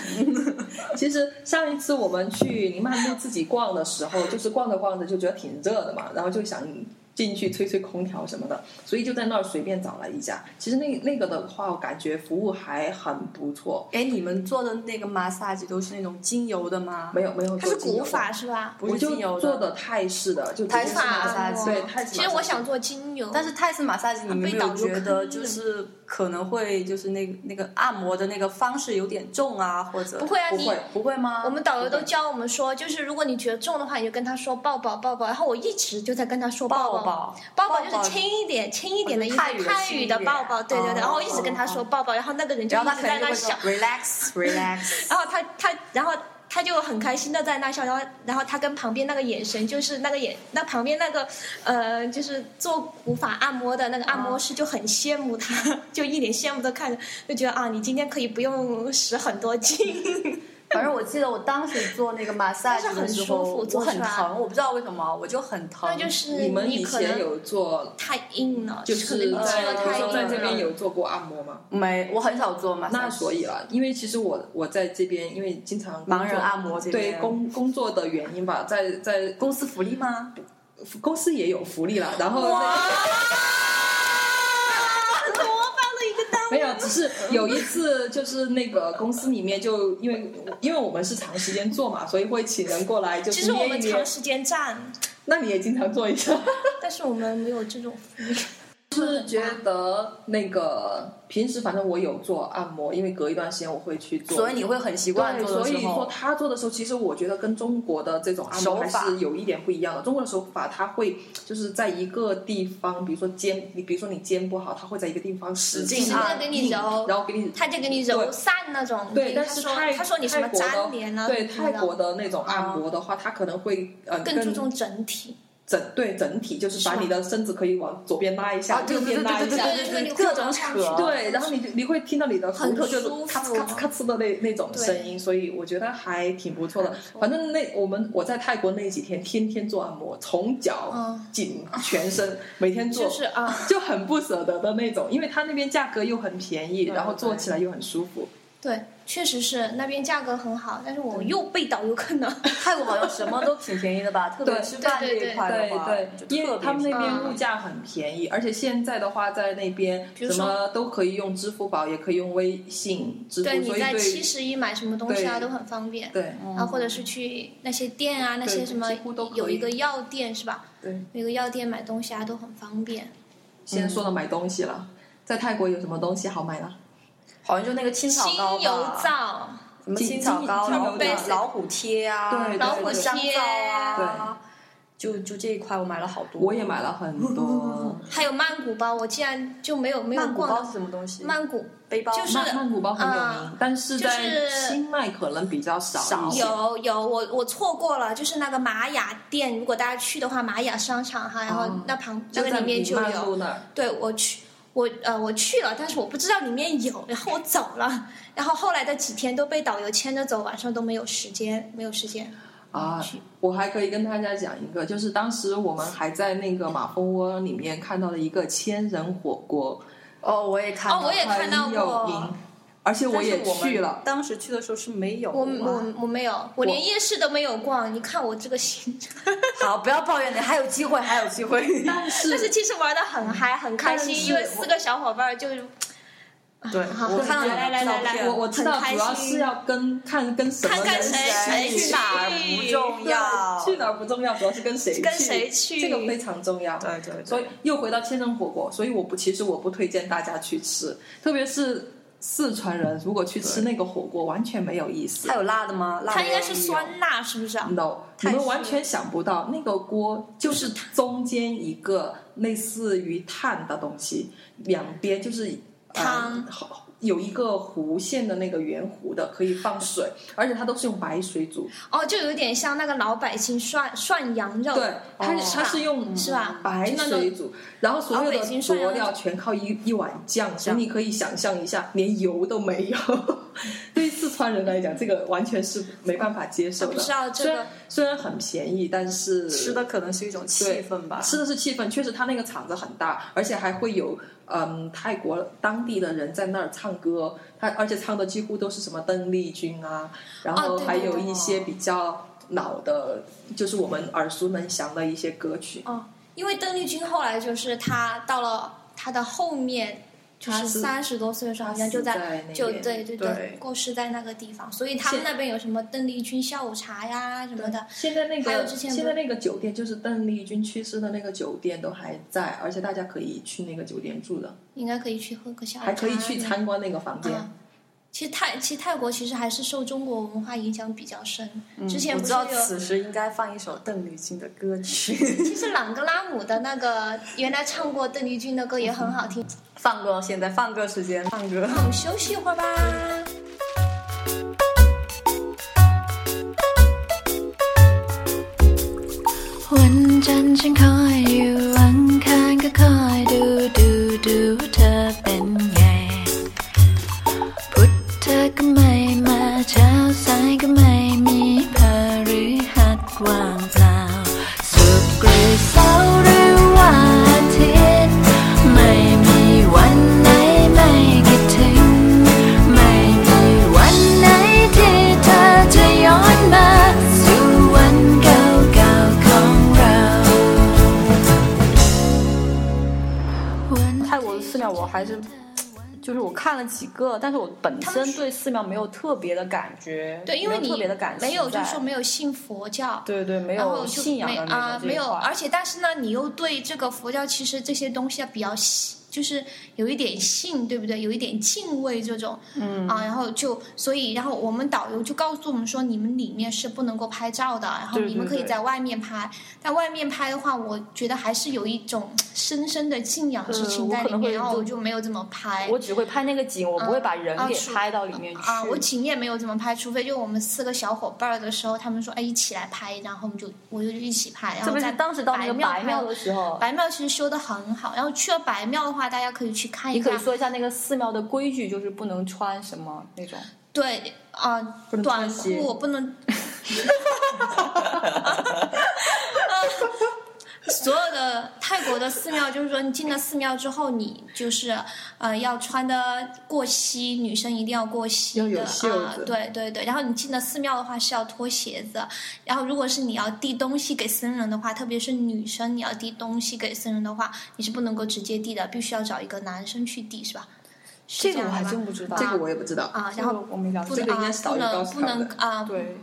D: 其实上一次我们去宁曼路自己逛的时候，就是逛着逛着就觉得挺热的嘛，然后就想进去吹吹空调什么的，所以就在那儿随便找了一家。其实那那个的话，我感觉服务还很不错，
A: 哎，你们做的那个 massage 都是那种精油的吗？
D: 没有没有
B: 它
D: 做
B: 是
D: 精油
B: 古
D: 的
B: 法，是吧？
A: 不
D: 我
A: 是
D: 就
A: 精油
D: 做
A: 的。
D: 的泰式的，就
A: 泰
D: 不
A: 式
D: 是
B: 法
A: 马
B: 按
A: 杀
B: 摩，
A: 鸡
D: 对泰式
B: 其实
D: 马
B: 我
D: 杀
B: 想做精油，
A: 但是泰式马杀鸡，你们有
B: 啊被
A: 没有
B: 导入
A: 觉
B: 坑
A: 得
B: 了
A: 就是可能会就是那个那个按摩的那个方式有点重啊，或者
B: 不会啊，
D: 不
B: 你
D: 会
A: 不会吗？
B: 我们导游都教我们说，就是如果你觉得重的话，你就跟他说抱抱抱抱。然后我一直就在跟他说抱
A: 抱
B: 抱
A: 抱哦
B: 抱抱就是轻一点，轻一点的意思。
A: 泰语的
B: 泰
A: 轻
B: 语
A: 一
B: 的
A: 点
B: 抱抱，对对对。
A: 哦
B: 然后我一直跟他说抱抱，然后那个人就
A: 然
B: 一
A: 后他
B: 直
A: 肯
B: 在
A: 定就会
B: 那
A: 说
B: 笑， <laughs>
A: relax relax，
B: 然后他他然后。他就很开心的在那笑，然后然后他跟旁边那个眼神，就是那个眼那旁边那个呃，就是做古法按摩的那个按摩师就很羡慕他， <laughs> 就一脸羡慕的看着，就觉得啊，你今天可以不用使很多劲。
A: 反正我记得我当时做那个 massage
B: 是很
A: 的时
B: 舒
A: 候，
B: 服
A: 我
B: 做出
A: 很
B: 来
A: 疼，我不知道为什么，我就很疼。
B: 那就是
D: 你们以
B: 可能
D: 前有做，
B: 太硬了，
D: 就
B: 可能
D: 是
B: 肌肉
D: 在比
B: 太硬
D: 如说
B: 了。嗯
D: 在这边有做过按摩吗？
A: 没，我很少做 massage。
D: 那所以了，因为其实我我在这边，因为经常工
A: 盲人
D: 作
A: 按摩这
D: 对
A: 边
D: 工工作的原因吧，在在
A: 公司福利吗？
D: 公司也有福利了，然后
B: 多棒的一个单
D: 没有，只是有一次就是那个公司里面就因为因为我们是长时间做嘛，所以会请人过来就
B: 其
D: 是
B: 实我
D: 捏
B: 们
D: 一
B: 长
D: 捏。
B: 时间站，
D: 那你也经常做一
A: <laughs>
D: 下，
B: 但是我们没有这种福利。
D: 就是觉得那个平时反正我有做按摩，因为隔一段时间我会去做。
A: 所以你会很习惯
D: 对，
A: 做的
D: 所
A: 时
D: 以说
A: 候，
D: 他做的时候，其实我觉得跟中国的这种按摩还
A: 手法
D: 是有一点不一样的。中国的手法，它会就是在一个地方，比如说肩，你比如说你肩不好，它会在一个地方使
A: 使劲
D: 劲啊
A: 按
D: 按，
B: 给你揉
D: 然后给你
B: 他就给你揉散那种，
D: 对，但
B: 他
D: 是
B: 说
D: 泰
B: 他说你什么
D: 泰国的
B: 粘连啊，
D: 对
B: 什么
D: 泰
B: 的
D: 国的那种按摩的话，它可能会呃
B: 更注重整体，
D: 整对整体，就是
B: 是
D: 把
B: 吗
D: 你的身子可以往左边拉一下，
A: 啊对
D: 右边拉一
A: 对
D: 下。
A: 对
B: 就是你
A: 各种
B: 上
A: 扯
B: 去
D: 对，然后你就你会听到你的骨头
B: 很
D: 就是
B: 舒服
D: 咔哧咔哧咔哧的那那种
B: 对
D: 声音，所以我觉得还挺不错的。反正那我们我在泰国那几天天天做按摩，从脚
B: 嗯、
D: 颈、全身，每天做，
B: 就是啊，
D: 就很不舍得的那种，因为它那边价格又很便宜，
A: 对
D: 然后做
A: 对
D: 起来又很舒服。
B: 对，确实是那边价格很好，但是我又被导游坑了。
A: 泰国好像什么都挺便宜的
D: <laughs>
A: 吧？特别
D: 对
A: 吃饭这
B: 对对
A: 一块
D: 对
A: 的话，
D: 对，
A: 就
D: 因
A: 特
D: 为
A: 别
D: 他们那
A: 便宜
D: 边物价很便宜，而且现在的话，在那边
B: 比如
D: 什
B: 说
D: 么都可以用支付宝，也可以用微信支付，
B: 对，你
D: 所以
B: 在七
D: 对
B: 十一买什么东西啊
D: 对
B: 都很方便，
D: 对
B: 啊，或者是去那些店啊，那些什么
D: 几乎都可以
B: 有一个药店是吧？
D: 对，
B: 有一个药店买东西啊都很方便。
D: 先说到买东西了，在泰国有什么东西好买呢？
A: 好像就那个青草
B: 精
A: 膏
B: 油
A: 吧，
B: 皂，
A: 什么
D: 精
A: 青草膏、
D: 精油
A: 老虎
B: 皂
A: 老虎贴啊，
D: 对对
A: 然后
D: 对
A: 什么
D: 对
A: 香
B: 贴
A: 皂啊，就就这一块我买了好多。
D: 我也买了很多，
B: 还有曼谷包，我竟然就没有没有
A: 曼谷
B: 逛
A: 包
B: 到
A: 是什么东西？
B: 曼谷，
A: 背包
B: 就是
D: 曼曼谷包很有名，
B: 嗯
D: 但是
B: 就
D: 在
B: 是
D: 清迈可能比较少一些。
B: 有有我我错过了，就是那个玛雅店，如果大家去的话，玛雅商场哈，然后
D: 哦
B: 那旁那
D: 就
B: 个
D: 在
B: 里面
D: 明
B: 就
D: 曼
B: 有，
D: 路那儿，
B: 对我去。我呃我去了，但是我不知道里面有，然后我走了，然后后来的几天都被导游牵着走，晚上都没有时间，没有时间。
D: 啊，我还可以跟大家讲一个，就是当时我们还在那个马蜂窝里面看到了一个千人火锅，
A: 哦，我也看
B: 哦，我也看到
D: 很有
B: 过
D: 名，，而且
A: 但
D: 我
A: 是
D: 也去
A: 们
D: 了。
A: 当时去的时候是没有啊
B: 我
A: 哇
B: 我我没有，我连夜市都没有逛。你看我这个行 <laughs> 程，
A: 好，不要抱怨你，还有机会，还有机
D: <laughs>
A: 会。
D: 但
B: 但
D: 是
B: 是其实玩的很嗨，很开
D: 但
B: 心，
D: 是
B: 因为
D: 我
B: 四个小伙伴儿就
C: 对，
B: 啊好
C: 我
A: 看到
C: 了
A: 了
B: 来来来
A: 照
B: 来，
A: 片
D: 我我知道
B: 很开
D: 主
B: 心
D: 要是要跟看跟什么
B: 看看
D: 人
B: 谁
A: 谁
B: 去
A: 去哪儿不重要，
D: <laughs> 去哪儿不重要，主要是跟谁去
B: 跟谁去
D: 这个非常重要。
C: 对对对
D: 所以又回到千层火锅，所以我不其实我不推荐大家去吃，特别是四川人如果去吃那个火锅，完全没有意思
A: 它。有辣的吗？辣的
B: 它应该
A: 也
B: 是
A: 有
B: 酸辣，是不是啊？
D: no，你
B: 太
D: 们
B: 湿
D: 完全想不到，那个锅就是中间一个类似于碳的东西，两边就是
B: 汤
D: 呃好有一个弧线的那个圆弧的，可以放水，而且它都是用白水煮。
B: 哦，就有点像那个老百姓涮涮羊肉，
D: 对，它
B: 是
D: 它
B: 吧
D: 是用
B: 是吧
D: 白水煮，然后所有
B: 老北
D: 的
B: 京哦涮羊啊
D: 佐
B: 肉
D: 料全靠一一碗酱，所以你可以想象一下，连油都没有。 <laughs> 对于四川人来讲，这个完全是没办法接受
B: 我
D: 的。
B: 不知道这
D: 虽
B: 个
D: 然虽然很便宜，但是
C: 吃的可能是一种气
D: 对
C: 氛吧。
D: 吃的是气氛，确实他那个场子很大，而且还会有嗯泰国当地的人在那儿唱歌，他而且唱的几乎都是什么邓丽君啊，然后
B: 哦对
D: 还
B: 对
D: 有
B: 对
D: 一些比较老的，就是我们耳熟能详的一些歌曲。
B: 哦，因为邓丽君后来就是她到了她的后面，就
D: 她
B: 是
D: 是
B: 三十多岁的时候，好像就
D: 她死在那边
B: 就对对
C: 对
B: 过世在那个地方，所以他们
D: 现
B: 那边有什么邓丽君下午茶呀什么的，
D: 现在那
B: 还有
D: 个
B: 之前不是
D: 现在那个酒店就是邓丽君去世的那个酒店都还在，而且大家可以去那个酒店住的，
B: 应该可以去喝个下午茶，啊
D: 还可以去参。观那个房间。
B: 嗯其实泰其实泰国其实还是受中国文化影响比较深，之前
A: 我
B: 不
A: 知
B: 是
A: 道
B: 有。
A: 此时应该放一首邓丽君的歌曲，
B: <laughs> 其实朗格拉姆的那个原来唱过邓丽君的歌也很好听。
A: 放歌，现在放歌时间，放歌。
B: 那我们休息一会儿吧。
E: วันจันทร์ฉันคอยอยู่วันอังคารก็คอยดูดูดูเธอเป็นไง พุธเธอก็ไม่มาเช้าสายก็ไม่มีพาหรือหัดว่างเปล่าสุกร์หรือเสาร์หรือว่าอาทิตย์ ไม่มีวันไหนไม่คิดถึง ไม่มีวันไหนที่เธอจะย้อนมาสู่วันเก่าๆของเราวัน
A: 泰国的寺庙我还是，就是我看了几个，但是我本身对寺庙没有特别的感觉，
B: 对，因为
A: 没有
B: 你
A: 特别的感情
B: 没有，就
A: 在
B: 是说没有信佛教，
A: 对对，没
B: 然后
A: 有
B: 就
A: 信仰
B: 没
A: 的
B: 啊、
A: 那种这一
B: 没有，
A: 块
B: 而且但是呢，你又对这个佛教其实这些东西啊比较信，就是有一点信，对不对？有一点敬畏这种，嗯啊，然后就所以，然后我们导游就告诉我们说，你们里面是不能够拍照的，然后
A: 对
B: 你们
A: 对
B: 可以
A: 对
B: 在外面拍，但外面拍的话，我觉得还是有一种深深的敬仰之
A: 呃
B: 情
A: 我
B: 在
A: 可
B: 里
A: 能
B: 面，
A: 会
B: 然后
A: 就
B: 我就没有怎么拍。
A: 我只会拍那个景，我不会把人
B: 啊
A: 给
B: 是
A: 拍到里面去。
B: 啊，我景也没有怎么拍，除非就我们四个小伙伴儿的时候，他们说哎一起来拍，然后我们就我就一起拍，然
A: 特
B: 后
A: 别
B: 在
A: 是当时到那个
B: 白
A: 白
B: 庙
A: 庙
B: 拍
A: 的时候，
B: 白庙其实修的很好，然后去了白庙的话，大家可以去看
A: 你
B: 一
A: 可以
B: 下。
A: 说一下那个寺庙的规矩，就是不能穿什么那种。
B: 对啊、
D: 能
B: 短
D: 穿鞋
B: 裤不能。所有的泰国的寺庙，就是说你进了寺庙之后，你就是呃要穿的过膝，女生一定要过膝
D: 要有
B: 的
D: 袖
B: 啊、
D: 子
B: 对对对。然后你进了寺庙的话是要脱鞋子，然后如果是你要递东西给僧人的话，特别是女生你要递东西给僧人的话，你是不能够直接递的，必须要找一个男生去递，是吧？是
A: 这个
B: 样
A: 我
B: 的
A: 还
B: 吧
A: 真不知道。
D: 这个我也不知道，
B: 啊，
A: 这
B: 然
A: 个
B: 后
A: 我没了
B: 不
A: 解
B: 能
D: 这。个应
B: 啊
D: 该是导游告诉
B: 不
D: 他
B: 能
D: 们的
B: 不能啊，
A: 对，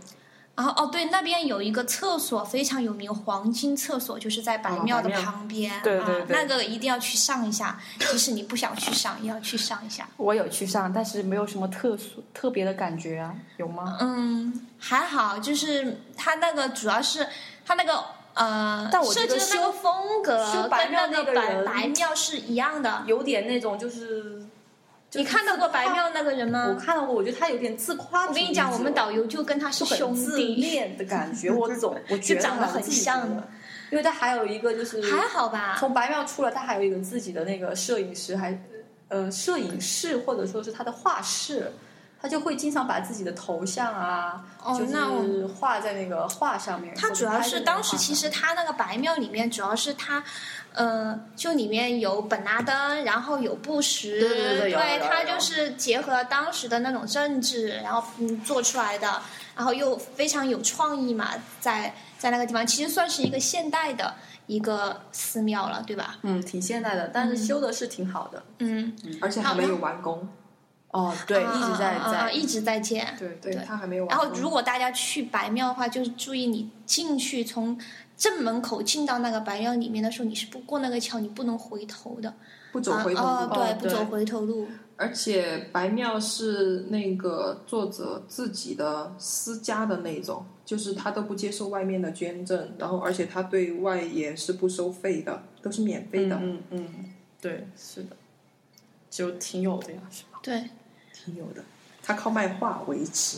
B: 然后哦，对，那边有一个厕所非常有名，黄金厕所，就是在白庙的
D: 白庙
B: 旁边，
A: 哦对对对
B: 啊，那个一定要去上一下，即使你不想去上，也要去上一下。
A: 我有去上，但是没有什么特殊特别的感觉啊，有吗？
B: 嗯，还好，就是它那个主要是它那个呃
A: 但，我
B: 设
A: 觉得
B: 计的那个
A: 修
B: 风
A: 修
B: 格
A: 白
B: 跟
A: 庙
B: 那
A: 那个
B: 白
A: 人
B: 白庙是一样的。
A: 有点那种就是，
B: 你看到过白庙那个人
A: 我
B: 吗？
A: 看到过，我觉得他有点自夸。
B: 我跟你讲，我们导游就跟他是
A: 就
B: 兄
A: 很自
B: 弟，
A: 恋的感觉，我总我觉
B: <laughs>
A: 得
B: 就长得
A: 啊我
B: 很
A: 自己觉
B: 像
A: 得因为他还有一个就是
B: 还好吧？
A: 从白庙出来，他还有一个自己的那个摄影师，还呃摄影室或者说是他的画室，他就会经常把自己的头像啊，
B: 哦
A: 就
B: 那
A: 是
B: 我
A: 画在那个画上面。
B: 它主要是当时其
A: 实
B: 实它那个白庙里面主要是它，呃，就里面有本拉登，然后有布什，
A: 对对对对有有有
B: 它
A: 有
B: 就是结合当时的那种政治，然后嗯做出来的，然后又非常有创意嘛，在在那个地方其实算是一个现代的一个寺庙了，对吧？
A: 嗯挺现代的，但是修的是挺好的。
B: 嗯，
D: 而且还没有完工。
F: 哦，对，一直在
A: 嗯
B: 啊啊啊啊
F: 在，
B: 一直在嗯建。
F: 对
D: 对他还没完
B: 然
D: 工。
B: 后，如果大家去白庙的话，就是注意你进去从正门口进到那个白庙里面的时候，你是不过那个桥，你不能回头的。
D: 不走回头路，
B: 啊、哦对，不
F: 对
B: 走回头路。
D: 而且白庙是那个作者自己的私家的那种，就是他都不接受外面的捐赠，然后而且他对外也是不收费的，都是免费的，
F: 嗯嗯嗯，对，是的，就挺有的呀，是吧？
B: 对，
D: 挺有的。他靠卖画维持。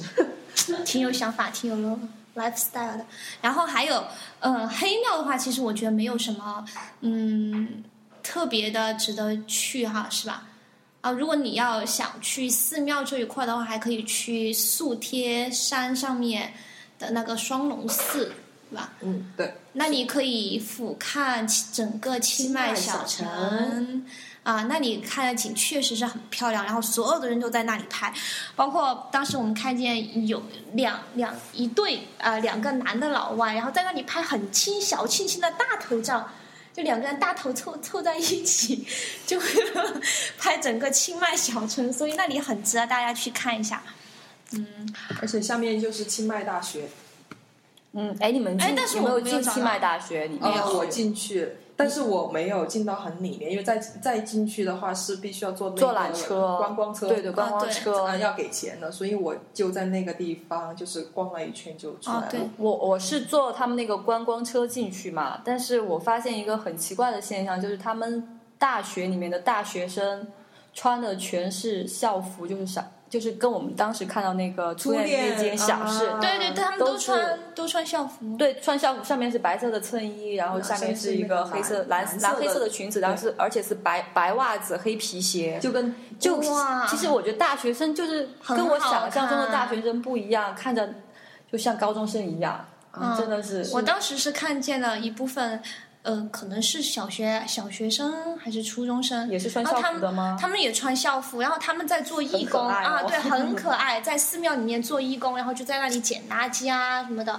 B: 挺有想法，挺有 lifestyle 的。然后还有，呃，黑庙的话，其实我觉得没有什么，嗯，特别的值得去哈，是吧？啊，如果你要想去寺庙这一块的话，还可以去素贴山上面的那个双龙寺，对吧？
D: 嗯，对，
B: 那你可以俯瞰其整个清迈小
F: 清迈小
B: 城啊，那里看的景确实是很漂亮，然后所有的人都在那里拍，包括当时我们看见有两两一对啊、呃两个男的老外，然后在那里拍很轻小清新的大头照。就两个人大头凑凑在一起， <laughs> 就拍整个清迈小城，所以那里很值得大家去看一下。
D: <laughs> 而且下面就是清迈大学，
A: 嗯，哎，你们
B: 哎
A: 进
B: 但是
A: 有没
B: 我
A: 有
B: 没有
A: 进
B: 找
A: 清
B: 到
A: 迈大学里面？
D: 呃，我进去，但是我没有进到很里面，因为再再进去的话是必须要坐那个
A: 坐缆车、
D: 观光车，
A: 对对，观
B: 啊
A: 光
B: 对
A: 车。
D: 啊要给钱的，所以我就在那个地方就是逛了一圈就出来了。
B: 哦对
A: 我我是坐他们那个观光车进去嘛，但是我发现一个很奇怪的现象，就是他们大学里面的大学生穿的全是校服，就是啥，就是跟我们当时看到那个初
D: 初
A: 恋那间
D: 恋
A: 小事，
D: 啊
B: 对对对，他们
A: 都
B: 都
A: 是
B: 穿都穿校服。
A: 对，穿校服上面是白色的衬衣，然后下面是一个黑色蓝
D: 蓝色的
A: 蓝黑色的裙子，然后是而且是白白袜子、黑皮鞋，
D: 就跟
A: 就
B: 哇
A: 其实我觉得大学生就是
B: 很
A: 跟我
B: 好
A: 想象中的
B: 看
A: 大学生不一样，看着就像高中生一样，
B: 嗯
A: 真的是
B: 我当时是看见了一部分，呃，可能是小学小学生还是初中生，
A: 也是穿
B: 然后
A: 校
B: 他
A: 服
B: 们
A: 的吗
B: 他们也穿校服，然后他们在做义工、
A: 很可爱哦
B: 啊，对，
A: <laughs>
B: 很可爱，在寺庙里面做义工，然后就在那里捡垃圾啊什么的。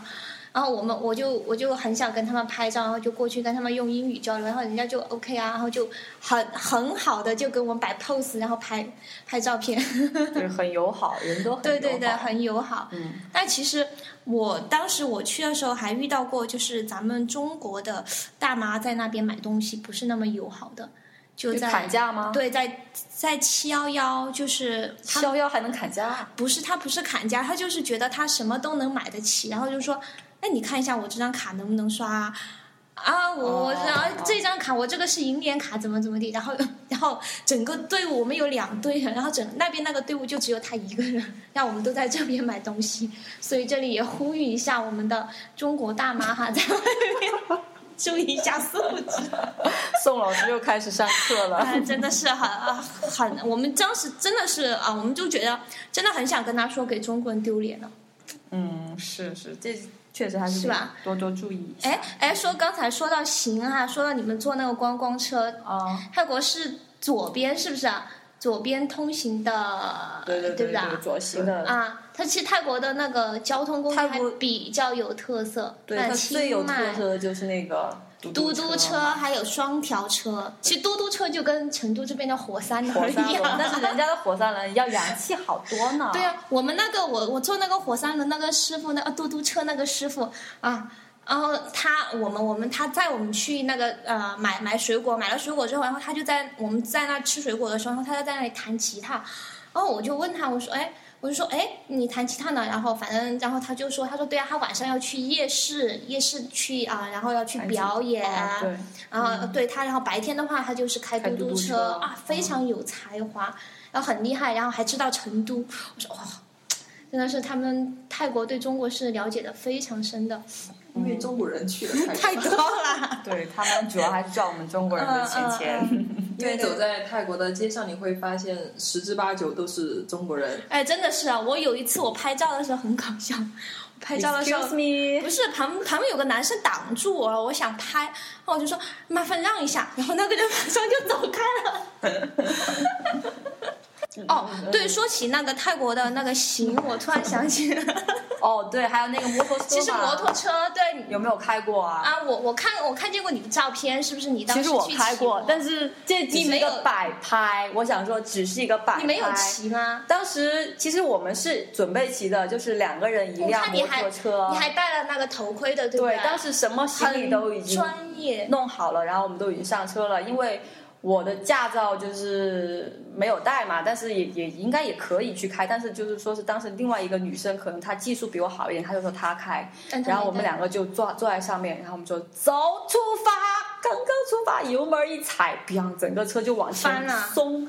B: 然后我们我就我就很想跟他们拍照，然后就过去跟他们用英语交流，然后人家就 OK 啊，然后就很很好的就给我们摆 pose，然后拍拍照片。
A: 就是很友好，人都很
B: 对对对，
A: 友好
B: 很友好。嗯，但其实我当时我去的时候还遇到过，就是咱们中国的大妈在那边买东西不是那么友好的，就
A: 就
B: 在
A: 砍价吗？，
B: 对，在在七幺幺，就是他
A: 逍遥还能砍
B: <laughs>
A: 价，
B: 不是他不是砍价，他就是觉得他什么都能买得起，然后就说，哎，你看一下我这张卡能不能刷啊？啊，我我
A: 哦
B: 然后这张卡，我这个是银联卡，怎么怎么地，然后 <laughs> 然后整个队伍我们有两队人，然后整那边那个队伍就只有他一个人，让我们都在这边买东西，所以这里也呼吁一下我们的中国大妈哈，在外面注意一下素质。
A: 宋老师又开始上课了。
B: 哎，真的是很啊很，我们当时真的是啊，我们就觉得真的很想跟他说给中国人丢脸了。
A: 嗯，是是，这确实还是
B: 是吧？
A: 多多注意一下。
B: 哎哎，说刚才说到行啊，说到你们坐那个观光车，
A: 啊，
B: 泰国是左边是不是啊？左边通行的，
A: 对对
B: 不
A: 对
B: 对
A: 对，
B: 啊？
A: 左行的，
B: 啊，它其实泰国的那个交通工具
A: 泰
B: 还
A: 国
B: 比较有特色，
A: 对
B: 那
A: 它最
B: 清
A: 有特
B: 迈
A: 色的就是那个
B: 嘟
A: 嘟
B: 嘟车还有双条车，其实嘟嘟车就跟成都这边的火三
A: 火
B: 轮一
A: 三轮，
B: 样，
A: 但是人家的火三轮要洋气好多呢。
B: 对啊，我们那个我我坐那个火山轮那个师傅，那个嘟嘟车那个师傅啊，然后他我们我们他载我们去那个呃买买水果，买了水果之后，然后他就在我们在那吃水果的时候，然后他就在那里弹吉他，然后我就问他我说哎。我就说，哎，你弹吉他呢？然后反正，然后他就说，他说对啊，他晚上要去夜市，夜市去啊、然后要去表演，
A: 啊，对，
B: 然后呃对他，然后白天的话，他就是嗯开
A: 开
B: 嘟
A: 嘟嘟
B: 车
A: 车
B: 啊，非常有才华，然后很厉害，然后还知道成都。我说哇、真的是他们泰国对中国是了解的非常深的，
D: 因
B: 嗯
D: 为中国人去了
B: <laughs> 太
D: 泰国，
B: 多了。
A: 对他们主要还是赚我们中国人的钱
B: 啊嗯
A: 钱。
D: 因为走在泰国的街上，你会发现十之八九都是中国人。
B: <laughs> 哎，真的是啊！我有一次我拍照的时候很搞笑，我拍照的时候
A: Excuse me，
B: 不是旁旁边有个男生挡住我了，我想拍，然后我就说 <laughs> 麻烦让一下，然后那个人马上就走开了。哦，对，说起那个泰国的那个行，我突然想起了，
A: 哦，对，还有那个摩托车嘛，
B: 其实摩托车对你
A: 有没有开过啊？
B: 啊，我我看我看见过你的照片，是不是你当
A: 其
B: 时
A: 实我
B: 去骑
A: 开过，但是这只
B: 你
A: 是
B: 没
A: 一
B: 有
A: 个摆拍。我想说，只是一个摆拍。
B: 你没有骑吗？
A: 当时其实我们是准备骑的，就是两个人一
B: 我
A: 辆
B: 看你
A: 摩
B: 还
A: 托车。
B: 你还戴了那个头盔的，对不
A: 对，当
B: 对？
A: 时什么行李
B: 很
A: 都已经
B: 专业，
A: 弄好了，然后我们都已经上车了，因为。我的驾照就是没有带嘛，但是也也应该也可以去开，但是就是说是当时另外一个女生，可能她技术比我好一点，她就说她开，
B: 但他
A: 然后
B: 没
A: 我们
B: 戴
A: 两个就坐坐在上面，然后我们就走出发，刚刚出发，油门一踩，砰，整个车就往
B: 翻
A: 前
B: 了
A: 松，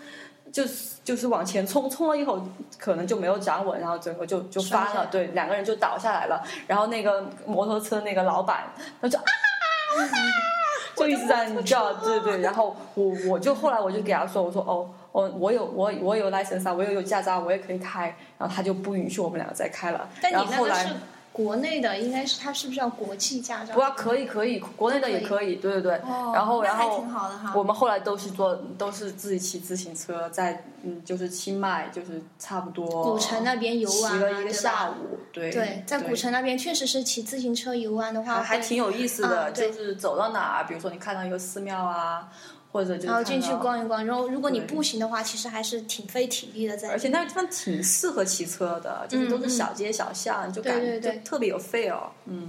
A: 就是就是往前冲，冲了以后可能就没有掌稳，然后整个就就
B: 摔
A: 翻
B: 下来
A: 了，对，两个人就倒下来了。然后那个摩托车那个老板，他就啊。 <laughs> 就一直在你叫，对对，然后我我就后来我就给他说，我说哦哦，我有我我有 license 啊，我也有驾照，我也可以开，然后他就不允许我们俩再开了。
B: 但
A: 然
B: 你
A: 后
B: 那
A: 后
B: 个
A: 来
B: 是国内的，应该是它是不是要国际驾照？
A: 不啊，可以可以，国内的也可以，对对对。
B: 哦
A: 然后
B: 那
A: 然
B: 还
A: 后
B: 挺好的哈
A: 我们后来都是坐，都是自己骑自行车，在嗯，就是清迈，就是差不多
B: 古城那边游玩
A: 骑
B: 啊
A: 了一个
B: 对吧
A: 下午，对
B: 对，在古城那边确实是骑自行车游玩的话，
A: 还还挺有意思的，
B: 嗯对
A: 就是走到哪儿，比如说你看到一个寺庙啊，或者就是
B: 然后
A: 看
B: 进去
A: 到。
B: 逛一逛，然后如果你
A: 对
B: 步行的话，其实还是挺费体力的在。
A: 而且那个地方挺适合骑车的，就是都
B: 嗯
A: 是小街小巷，就
B: 对
A: 感
B: 对对
A: 就特别有 feel。嗯，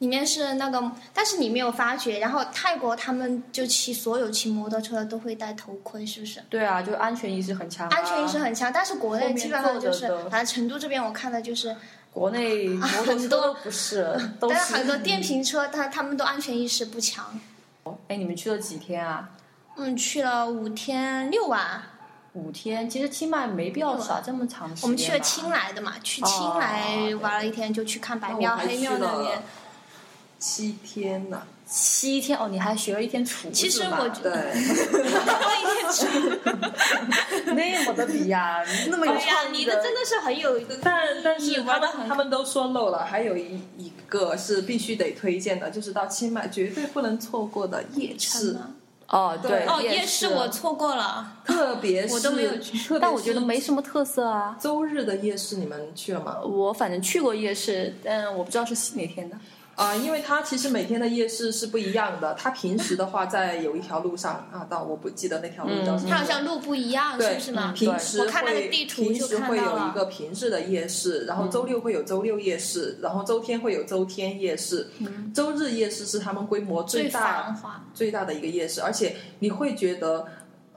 B: 里面是那个，但是你没有发觉，然后泰国他们就骑所有骑摩托车的都会戴头盔，是不是？
A: 对啊，就安全意识很强啊。
B: 安全意识很强，但是国
A: 后
B: 内
A: 面
B: 基本上就是
A: 坐着，的
B: 反正成都这边我看的就是，
A: 国
B: <laughs>
A: 内摩托
B: 啊很
A: 车
B: 多
A: 都不是，
B: <laughs>
A: 都
B: 但
A: 是
B: 是很多电瓶车，他他们都安全意识不强。
A: 哎，你们去了几天啊？
B: 嗯，去了五天六晚，
A: 五天，其实清迈没必要耍这么长时间吧。
B: 啊我们去了清莱的嘛，去清莱玩了一天，就去看白
D: 哦我
B: 庙、
D: 还
B: 黑
D: 去
B: 庙那边
D: 了。七天呢、
A: 七天哦，你还学了一天厨子
B: 其实
A: 嘛
B: 我觉 <laughs>
D: 对，
A: 那么的比
B: <laughs>
A: 呀、那么有
B: 哎呀，
A: 创
B: 你
A: 意
B: 的真的是很有一个，
G: 但但是
B: 玩
G: 他
B: 得
G: 们
B: 很
G: 他们都说漏了，还有一
D: 一个是必须得推荐的，就是到清迈绝对不能错过的夜市，
A: 哦，对，
B: 哦，夜
A: 夜
B: 市我错过了，
D: 特别是
B: 我都没有去
D: 特别
A: 但我觉得
D: 是
A: 没什么特色啊。
D: 周日的夜市你们去了吗？
A: 我反正去过夜市，但我不知道是哪天的。
D: 啊、因为它其实每天的夜市是不一样的。它平时的话，在有一条路上啊，但我不记得那条路叫什么。
B: 它好像路不一样，是
D: 对，嗯
B: 不是嘛？
D: 平时
B: 我
D: 会
B: 看那个地图
D: 平
B: 就
D: 时
B: 看
D: 会
B: 到
D: 有一
B: 了。
D: 个平日的夜市，然后周六会有周六夜市，然后周天会有周天夜市，周日夜市是他们规模
B: 最
D: 最大
B: 繁华，
D: 最大的一个夜市，而且你会觉得，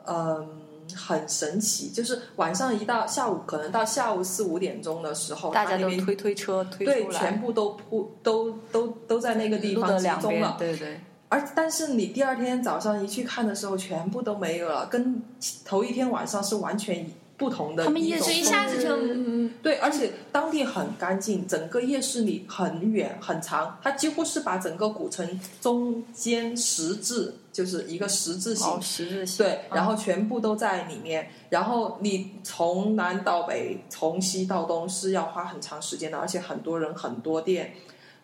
D: 嗯。很神奇，就是晚上一到下午，可能到下午四五点钟的时候，
A: 大
D: 它
A: 家
D: 那
A: 都
D: 边
A: 推推车推
D: 对
A: 出
D: 全
A: 来，
D: 部都铺都都都在那个地
A: 路
D: 方
A: 的
D: 集
A: 两
D: 中
A: 边
D: 了，，
A: 对对。
D: 而但是你第二天早上一去看的时候，全部都没有了，跟头一天晚上是完全不同的一
A: 他们
D: 种风
A: 夜
D: 格。
A: 市
B: 就一下子就
D: 对，而且当地很干净，整个夜市里很远很长，它几乎是把整个古城中间十字就是一个十字形
A: 哦，十字形。
D: 对，
B: 嗯
D: 然后全部都在里面。然后你从南到北，从西到东是要花很长时间的，而且很多人很多店。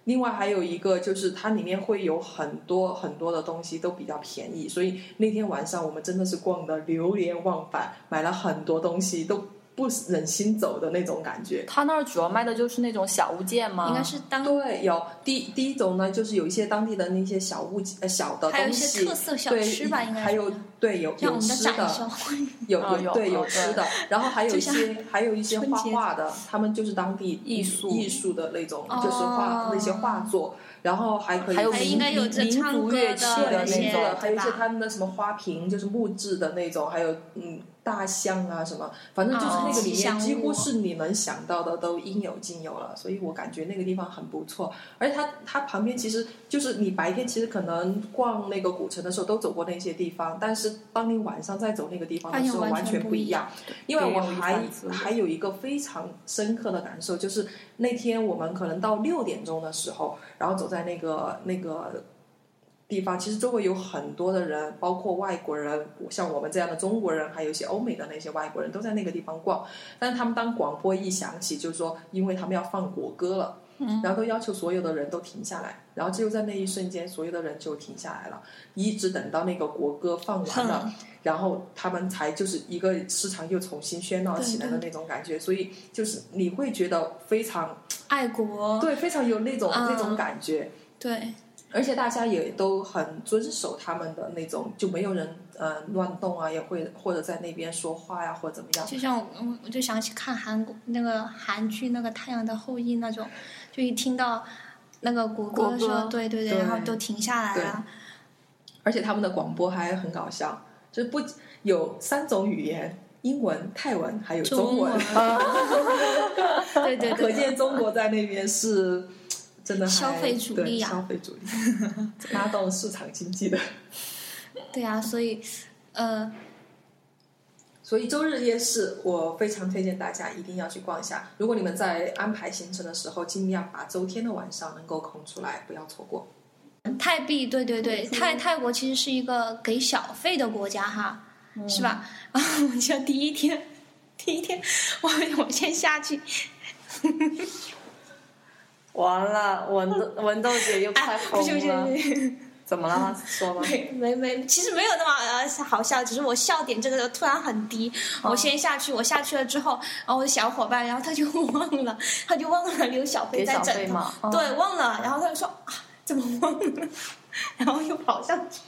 D: 另外还有一个就是它里面会有很多很多的东西都比较便宜，所以那天晚上我们真的是逛的流连忘返，买了很多东西都不忍心走的那种感觉。
A: 他那儿主要卖的就是那种小物件
D: 啊
A: 吗？
B: 应该是当
D: 对，有第第一种呢，就是有一些当地的那些小物件呃小的东西，
B: 还有一些特色小
D: 对
B: 吃吧，应该是
D: 还有对有
B: 像我
D: 有
B: 们的
D: 吃
B: 展
D: 的，
B: 销会，
D: <laughs> 有
A: 啊
D: 有
A: 有
D: 对
A: 有
D: 有
A: 对
D: 吃的，然后还有
B: 哦嗯就
D: 一
B: 像
D: 些还有一些
B: 春
D: 画
B: 节
D: 画的，他们就是当地
A: 艺术
D: 艺术的那种，就是画
B: 哦
D: 那些画作，然后还可以
A: 还有
B: 还
A: 民
B: 应该有这
A: 民
B: 唱
A: 族
B: 歌
A: 乐
B: 的
A: 器
B: 那
A: 的
B: 些
A: 那
B: 对
A: 种
B: 吧。
D: 还有一些他们的什么花瓶，就是木质的那种，还有嗯大象啊什么，反正就是那
B: 哦
D: 个里
B: 吉祥
D: 面
B: 物
D: 几乎是你能想到的都应有尽有了，所以我感觉那个地方很不错。而且它它旁边其实就是你白天其实可能逛那个古城的时候都走过那些地方，但是当你晚上再走那个地方
B: 发
D: 的
B: 现
D: 时候
B: 完
D: 完
B: 全
D: 全
B: 不
D: 不
B: 一
D: 一样。因为
A: 别
D: 我
A: 有一
D: 还
A: 番滋味
D: 还有一个非常深刻的感受，就是那天我们可能到六点钟的时候，然后走在那个那个地方，其实周围有很多的人，包括外国人，像我们这样的中国人，还有一些欧美的那些外国人都在那个地方逛。但是他们当广播一响起，就是说，因为他们要放国歌了，
A: 嗯
D: 然后都要求所有的人都停下来，然后只有在那一瞬间，所有的人就停下来了，一直等到那个国歌放完了，然后他们才就是一个市场又重新喧闹起来的那种感觉，所以就是你会觉得非常
B: 爱国，
D: 对，非常有那种、那种
B: 嗯
D: 感觉，
B: 对，
D: 而且大家也都很遵守他们的那种，就没有人呃乱动啊，也会或者在那边说话呀、或者怎么样。
B: 就像我，嗯我就想起看韩国那个韩剧那个《太阳的后裔》那种，就一听到那个国歌的时
H: 国
B: 候，
H: 歌
B: 对对
D: 对
B: 然后都停下来了，
D: 而且他们的广播还很搞笑，就是不有三种语言：英文、泰文啊还有中
B: 文， <laughs> 对对
D: 可
B: 对，
D: 见中国在那边是真的还
B: 消费主
D: 对
B: 力啊
D: 消费主力 <laughs> 拉动市场经济的。
B: 对啊，所以，呃，
D: 所以周日夜市，我非常推荐大家一定要去逛一下。如果你们在安排行程的时候，尽量把周天的晚上能够空出来，不要错过。
B: 泰币，对对对，泰泰国其实是一个给小费的国家哈，
A: 嗯
B: 是吧？然后我就第一天，第一天我我先下去，
A: 完了，文豆文豆姐又快
B: 哎，不
A: 疯
B: 是不是
A: 了
B: 不，是，
A: 怎么了？说吧，
B: 没没没，其实没有那么呃好笑，只是我笑点这个突然很低。
A: 嗯
B: 我先下去，我下去了之后，然后我的小伙伴，然后他就忘了，他就忘了留小费
A: 给
B: 在
A: 小费
B: 枕头，
A: 嘛，嗯
B: 对，忘了，然后他就说啊，怎么忘了？ <laughs> 然后又跑上去。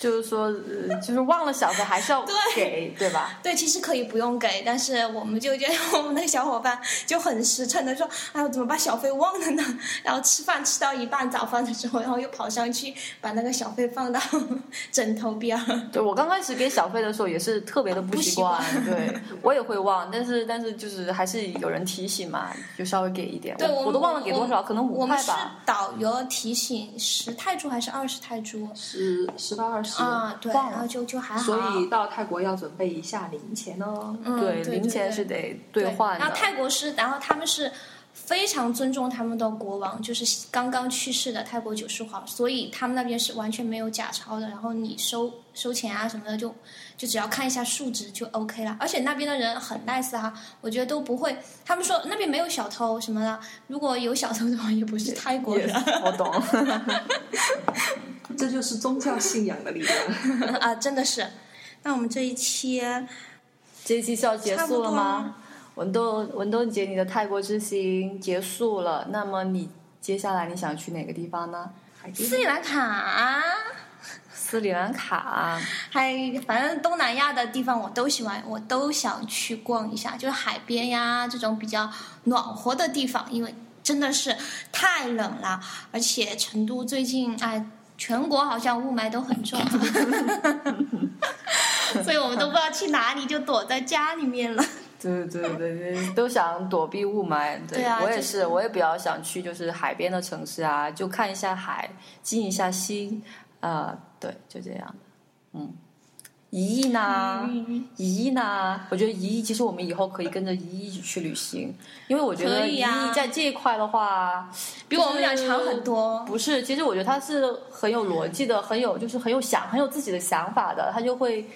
A: 就是说，呃就是忘了小费还是要给，对吧？
B: 对，其实可以不用给，但是我们就觉得我们那个小伙伴就很实诚的说：“哎，我怎么把小费忘了呢？”然后吃饭吃到一半早饭的时候，然后又跑上去把那个小费放到 <laughs> 枕头边儿。
A: 对我刚开始给小费的时候也是特别的不习惯，对
B: <laughs>
A: 我也会忘，但是但是就是还是有人提醒嘛，就稍微给一点。
B: 对，
A: 我
B: 我
A: 都
B: 们
A: 忘了给多少，可能五
B: 我们
A: 块
B: 是
A: 吧，
B: 导游提醒十泰铢还是二十泰铢
D: 十十到二十
B: 啊？对，
A: 忘了
B: 然后就就还好。
D: 所以到泰国要准备一下零钱哦。
B: 嗯，对，对
A: 零钱
B: 对
A: 是得兑换的。
B: 然后泰国是，然后他们是非常尊重他们的国王，就是刚刚去世的泰国九世皇，所以他们那边是完全没有假钞的。然后你收收钱啊什么的就，就只要看一下数值就 OK 了。而且那边的人很 nice 哈、我觉得都不会。他们说那边没有小偷什么的，如果有小偷的话，也不是泰国人
A: 我懂，
D: 这就是宗教信仰的
B: <laughs>
D: 力量。
B: <laughs> 啊，真的是。那我们这一期
A: 这一期是要结
B: 差不
A: 束了
B: 多
A: 吗
B: 了？
A: 文豆文豆姐，你的泰国之行结束了，那么你接下来你想去哪个地方呢？
B: 斯里兰卡。
A: 斯里兰卡，
B: 还反正东南亚的地方我都喜欢，我都想去逛一下，就是海边呀这种比较暖和的地方，因为真的是太冷了，而且成都最近哎，全国好像雾霾都很
A: <laughs>
B: 重，所以我们都不知道去哪里，就躲在家里面了。
A: 对对对对， <laughs> 都想躲避雾霾。对
B: 对啊
A: 我也，
B: 就是
A: 我也比较想去就是海边的城市啊，就看一下海，静一下心，呃，对，就这样的。嗯，一亿呢？
B: <laughs>
A: 一亿呢？我觉得一亿，其实我们以后可以跟着一亿一起去旅行，因为我觉
B: 可
A: 得一
B: 以
A: 亿
B: 啊
A: 在这一块的话，
B: 比我们俩长很多，
A: 不是，其实我觉得他是很有逻辑的，很有就是很有想很有自己的想法的，他就会。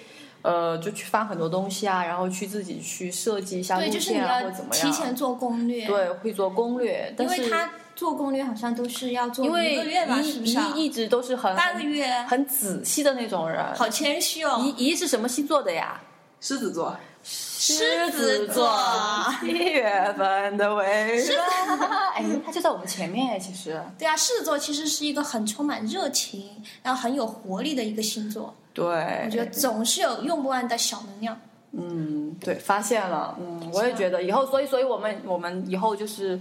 A: 呃，就去翻很多东西啊，然后去自己去设计一下
B: 对，
A: 路
B: 就是你
A: 线啊，或
B: 要
A: 者怎么样。
B: 提前做攻略，，
A: 对，会做攻略，但
B: 因
A: 是
B: 为他做攻略好像都是要做
A: 因为
B: 一个月吧，
A: 一
B: 是不是啊？
A: 一一直都是很
B: 半个月，
A: 很仔细的那种人。
B: 好谦虚哦。
A: 一一是什么星座的呀？
D: 狮子座，
B: 狮子座
A: 一月份的尾巴。哎，他就在我们前面哎，其实。
B: 对啊，狮子座其实是一个很充满热情，然后很有活力的一个星座。
A: 对，
B: 我觉得总是有用不完的小能量。
A: 嗯，对，发现了，嗯，我也觉得以后，所以，所以我们我们以后就是，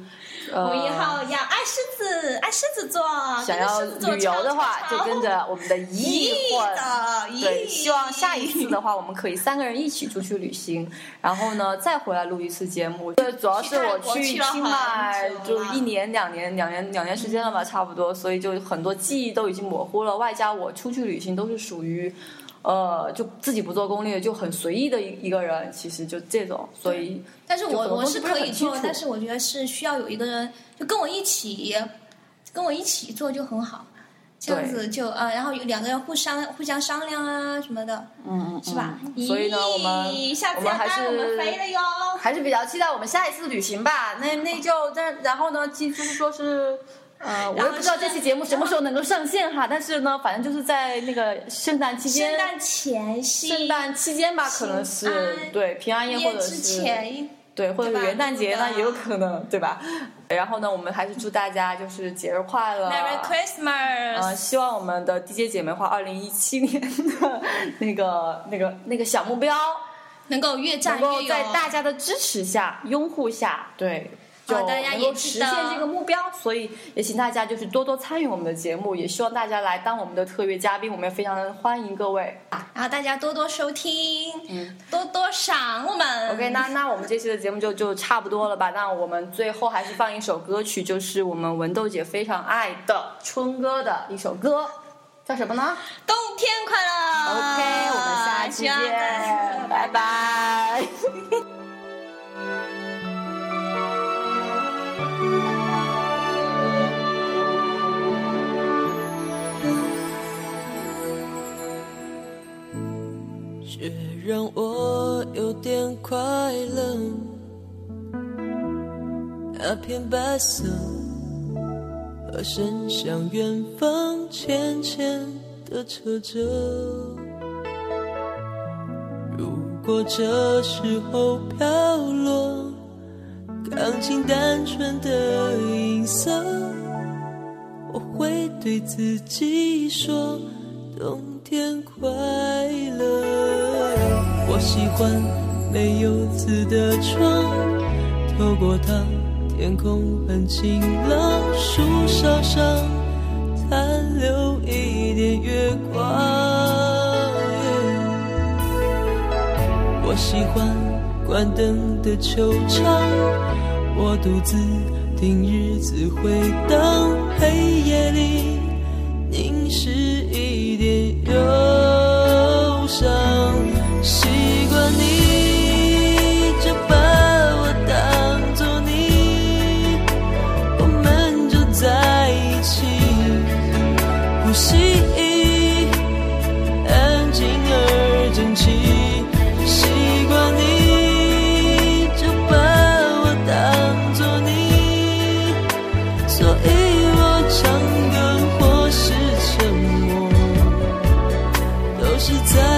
A: 呃，
B: 我们以后要爱狮子，爱狮子座，
A: 想要旅游的话，就跟着我们的一
B: 一
A: 亿混。
B: 的，
A: 对，
B: 咦
A: 希望下一次的话，我们可以三个人一起出去旅行，然后呢再回来录一次节目。对，主要是我
B: 去泰国去了
A: 清迈
B: 很久
A: 就
B: 了
A: 一年、两年、两年、两年时间了吧，差不多，所以就很多记忆都已经模糊了。外加我出去旅行都是属于。呃，就自己不做攻略，就很随意的一一个人，其实就这种，所以
B: 但是
A: 就可能
B: 我我
A: 都
B: 是
A: 不是
B: 可
A: 很
B: 以
A: 清
B: 做
A: 楚，
B: 但是我觉得是需要有一个人就跟我一起，跟我一起做就很好。这样子就呃，然后有两个人互商互相商量啊什么的，
A: 嗯嗯，
B: 是吧？
A: 嗯所以呢，我们
B: 咦下
A: 我
B: 次
A: 们
B: 要
A: 还
B: 带我
A: 是
B: 们飞了哟。
A: 还是比较期待我们下一次旅行吧。那那就但然后呢，记住说是。呃，我也不知道
B: 是
A: 这期节目什么时候能够上线哈，但是呢，反正就是在那个圣诞期间
B: 圣，诞前夕，
A: 圣诞期间吧，可能
B: 平
A: 是
B: 安
A: 对平安夜或
B: 夜
A: 者
B: 之
A: 是
B: 前一
A: 对，或者
B: 对
A: 是
B: 吧
A: 元旦节
B: 对
A: 呢
B: 吧
A: 也有可能，对吧？然后呢，我们还是祝大家就是节日快乐。
B: ，Merry Christmas，、
A: 呃，希望我们的 DJ 姐妹花二零一七年的那个、那个、那个小目标，
B: 能够越战
A: 能
B: 越
A: 够
B: 勇，
A: 在大家的支持下、拥护下，对，就
B: 好
A: 能
B: 大家也
A: 够
B: 记
A: 实
B: 得
A: 现这个目标。所以也请大家就是多多参与我们的节目，也希望大家来当我们的特约嘉宾，我们也非常的欢迎各位。
B: 然后大家多多收听，多多赏我们。
A: 嗯 OK，那那我们这期的节目就就差不多了吧？那我们最后还是放一首歌曲，就是我们文豆姐非常爱的春哥的一首歌，叫什么呢
B: 冬天快乐
A: ？OK，我们下期
B: 啊希
A: 见
B: 望
A: 拜
B: 大家，
A: 拜。
I: 这让我有点快乐。那片白色和伸向远方，浅浅的扯着。如果这时候飘落，钢琴单纯的音色，我会对自己说。冬天快乐。我喜欢没有字的窗，透过它，天空很晴朗，树梢上残留一点月光。我喜欢关灯的球场，我独自听日子回荡，黑夜里。凝视一点忧伤，习惯你就把我当作你，我们就在一起，呼吸安静而整齐，习惯你就把我当作你。所以我唱歌或是沉默，都是在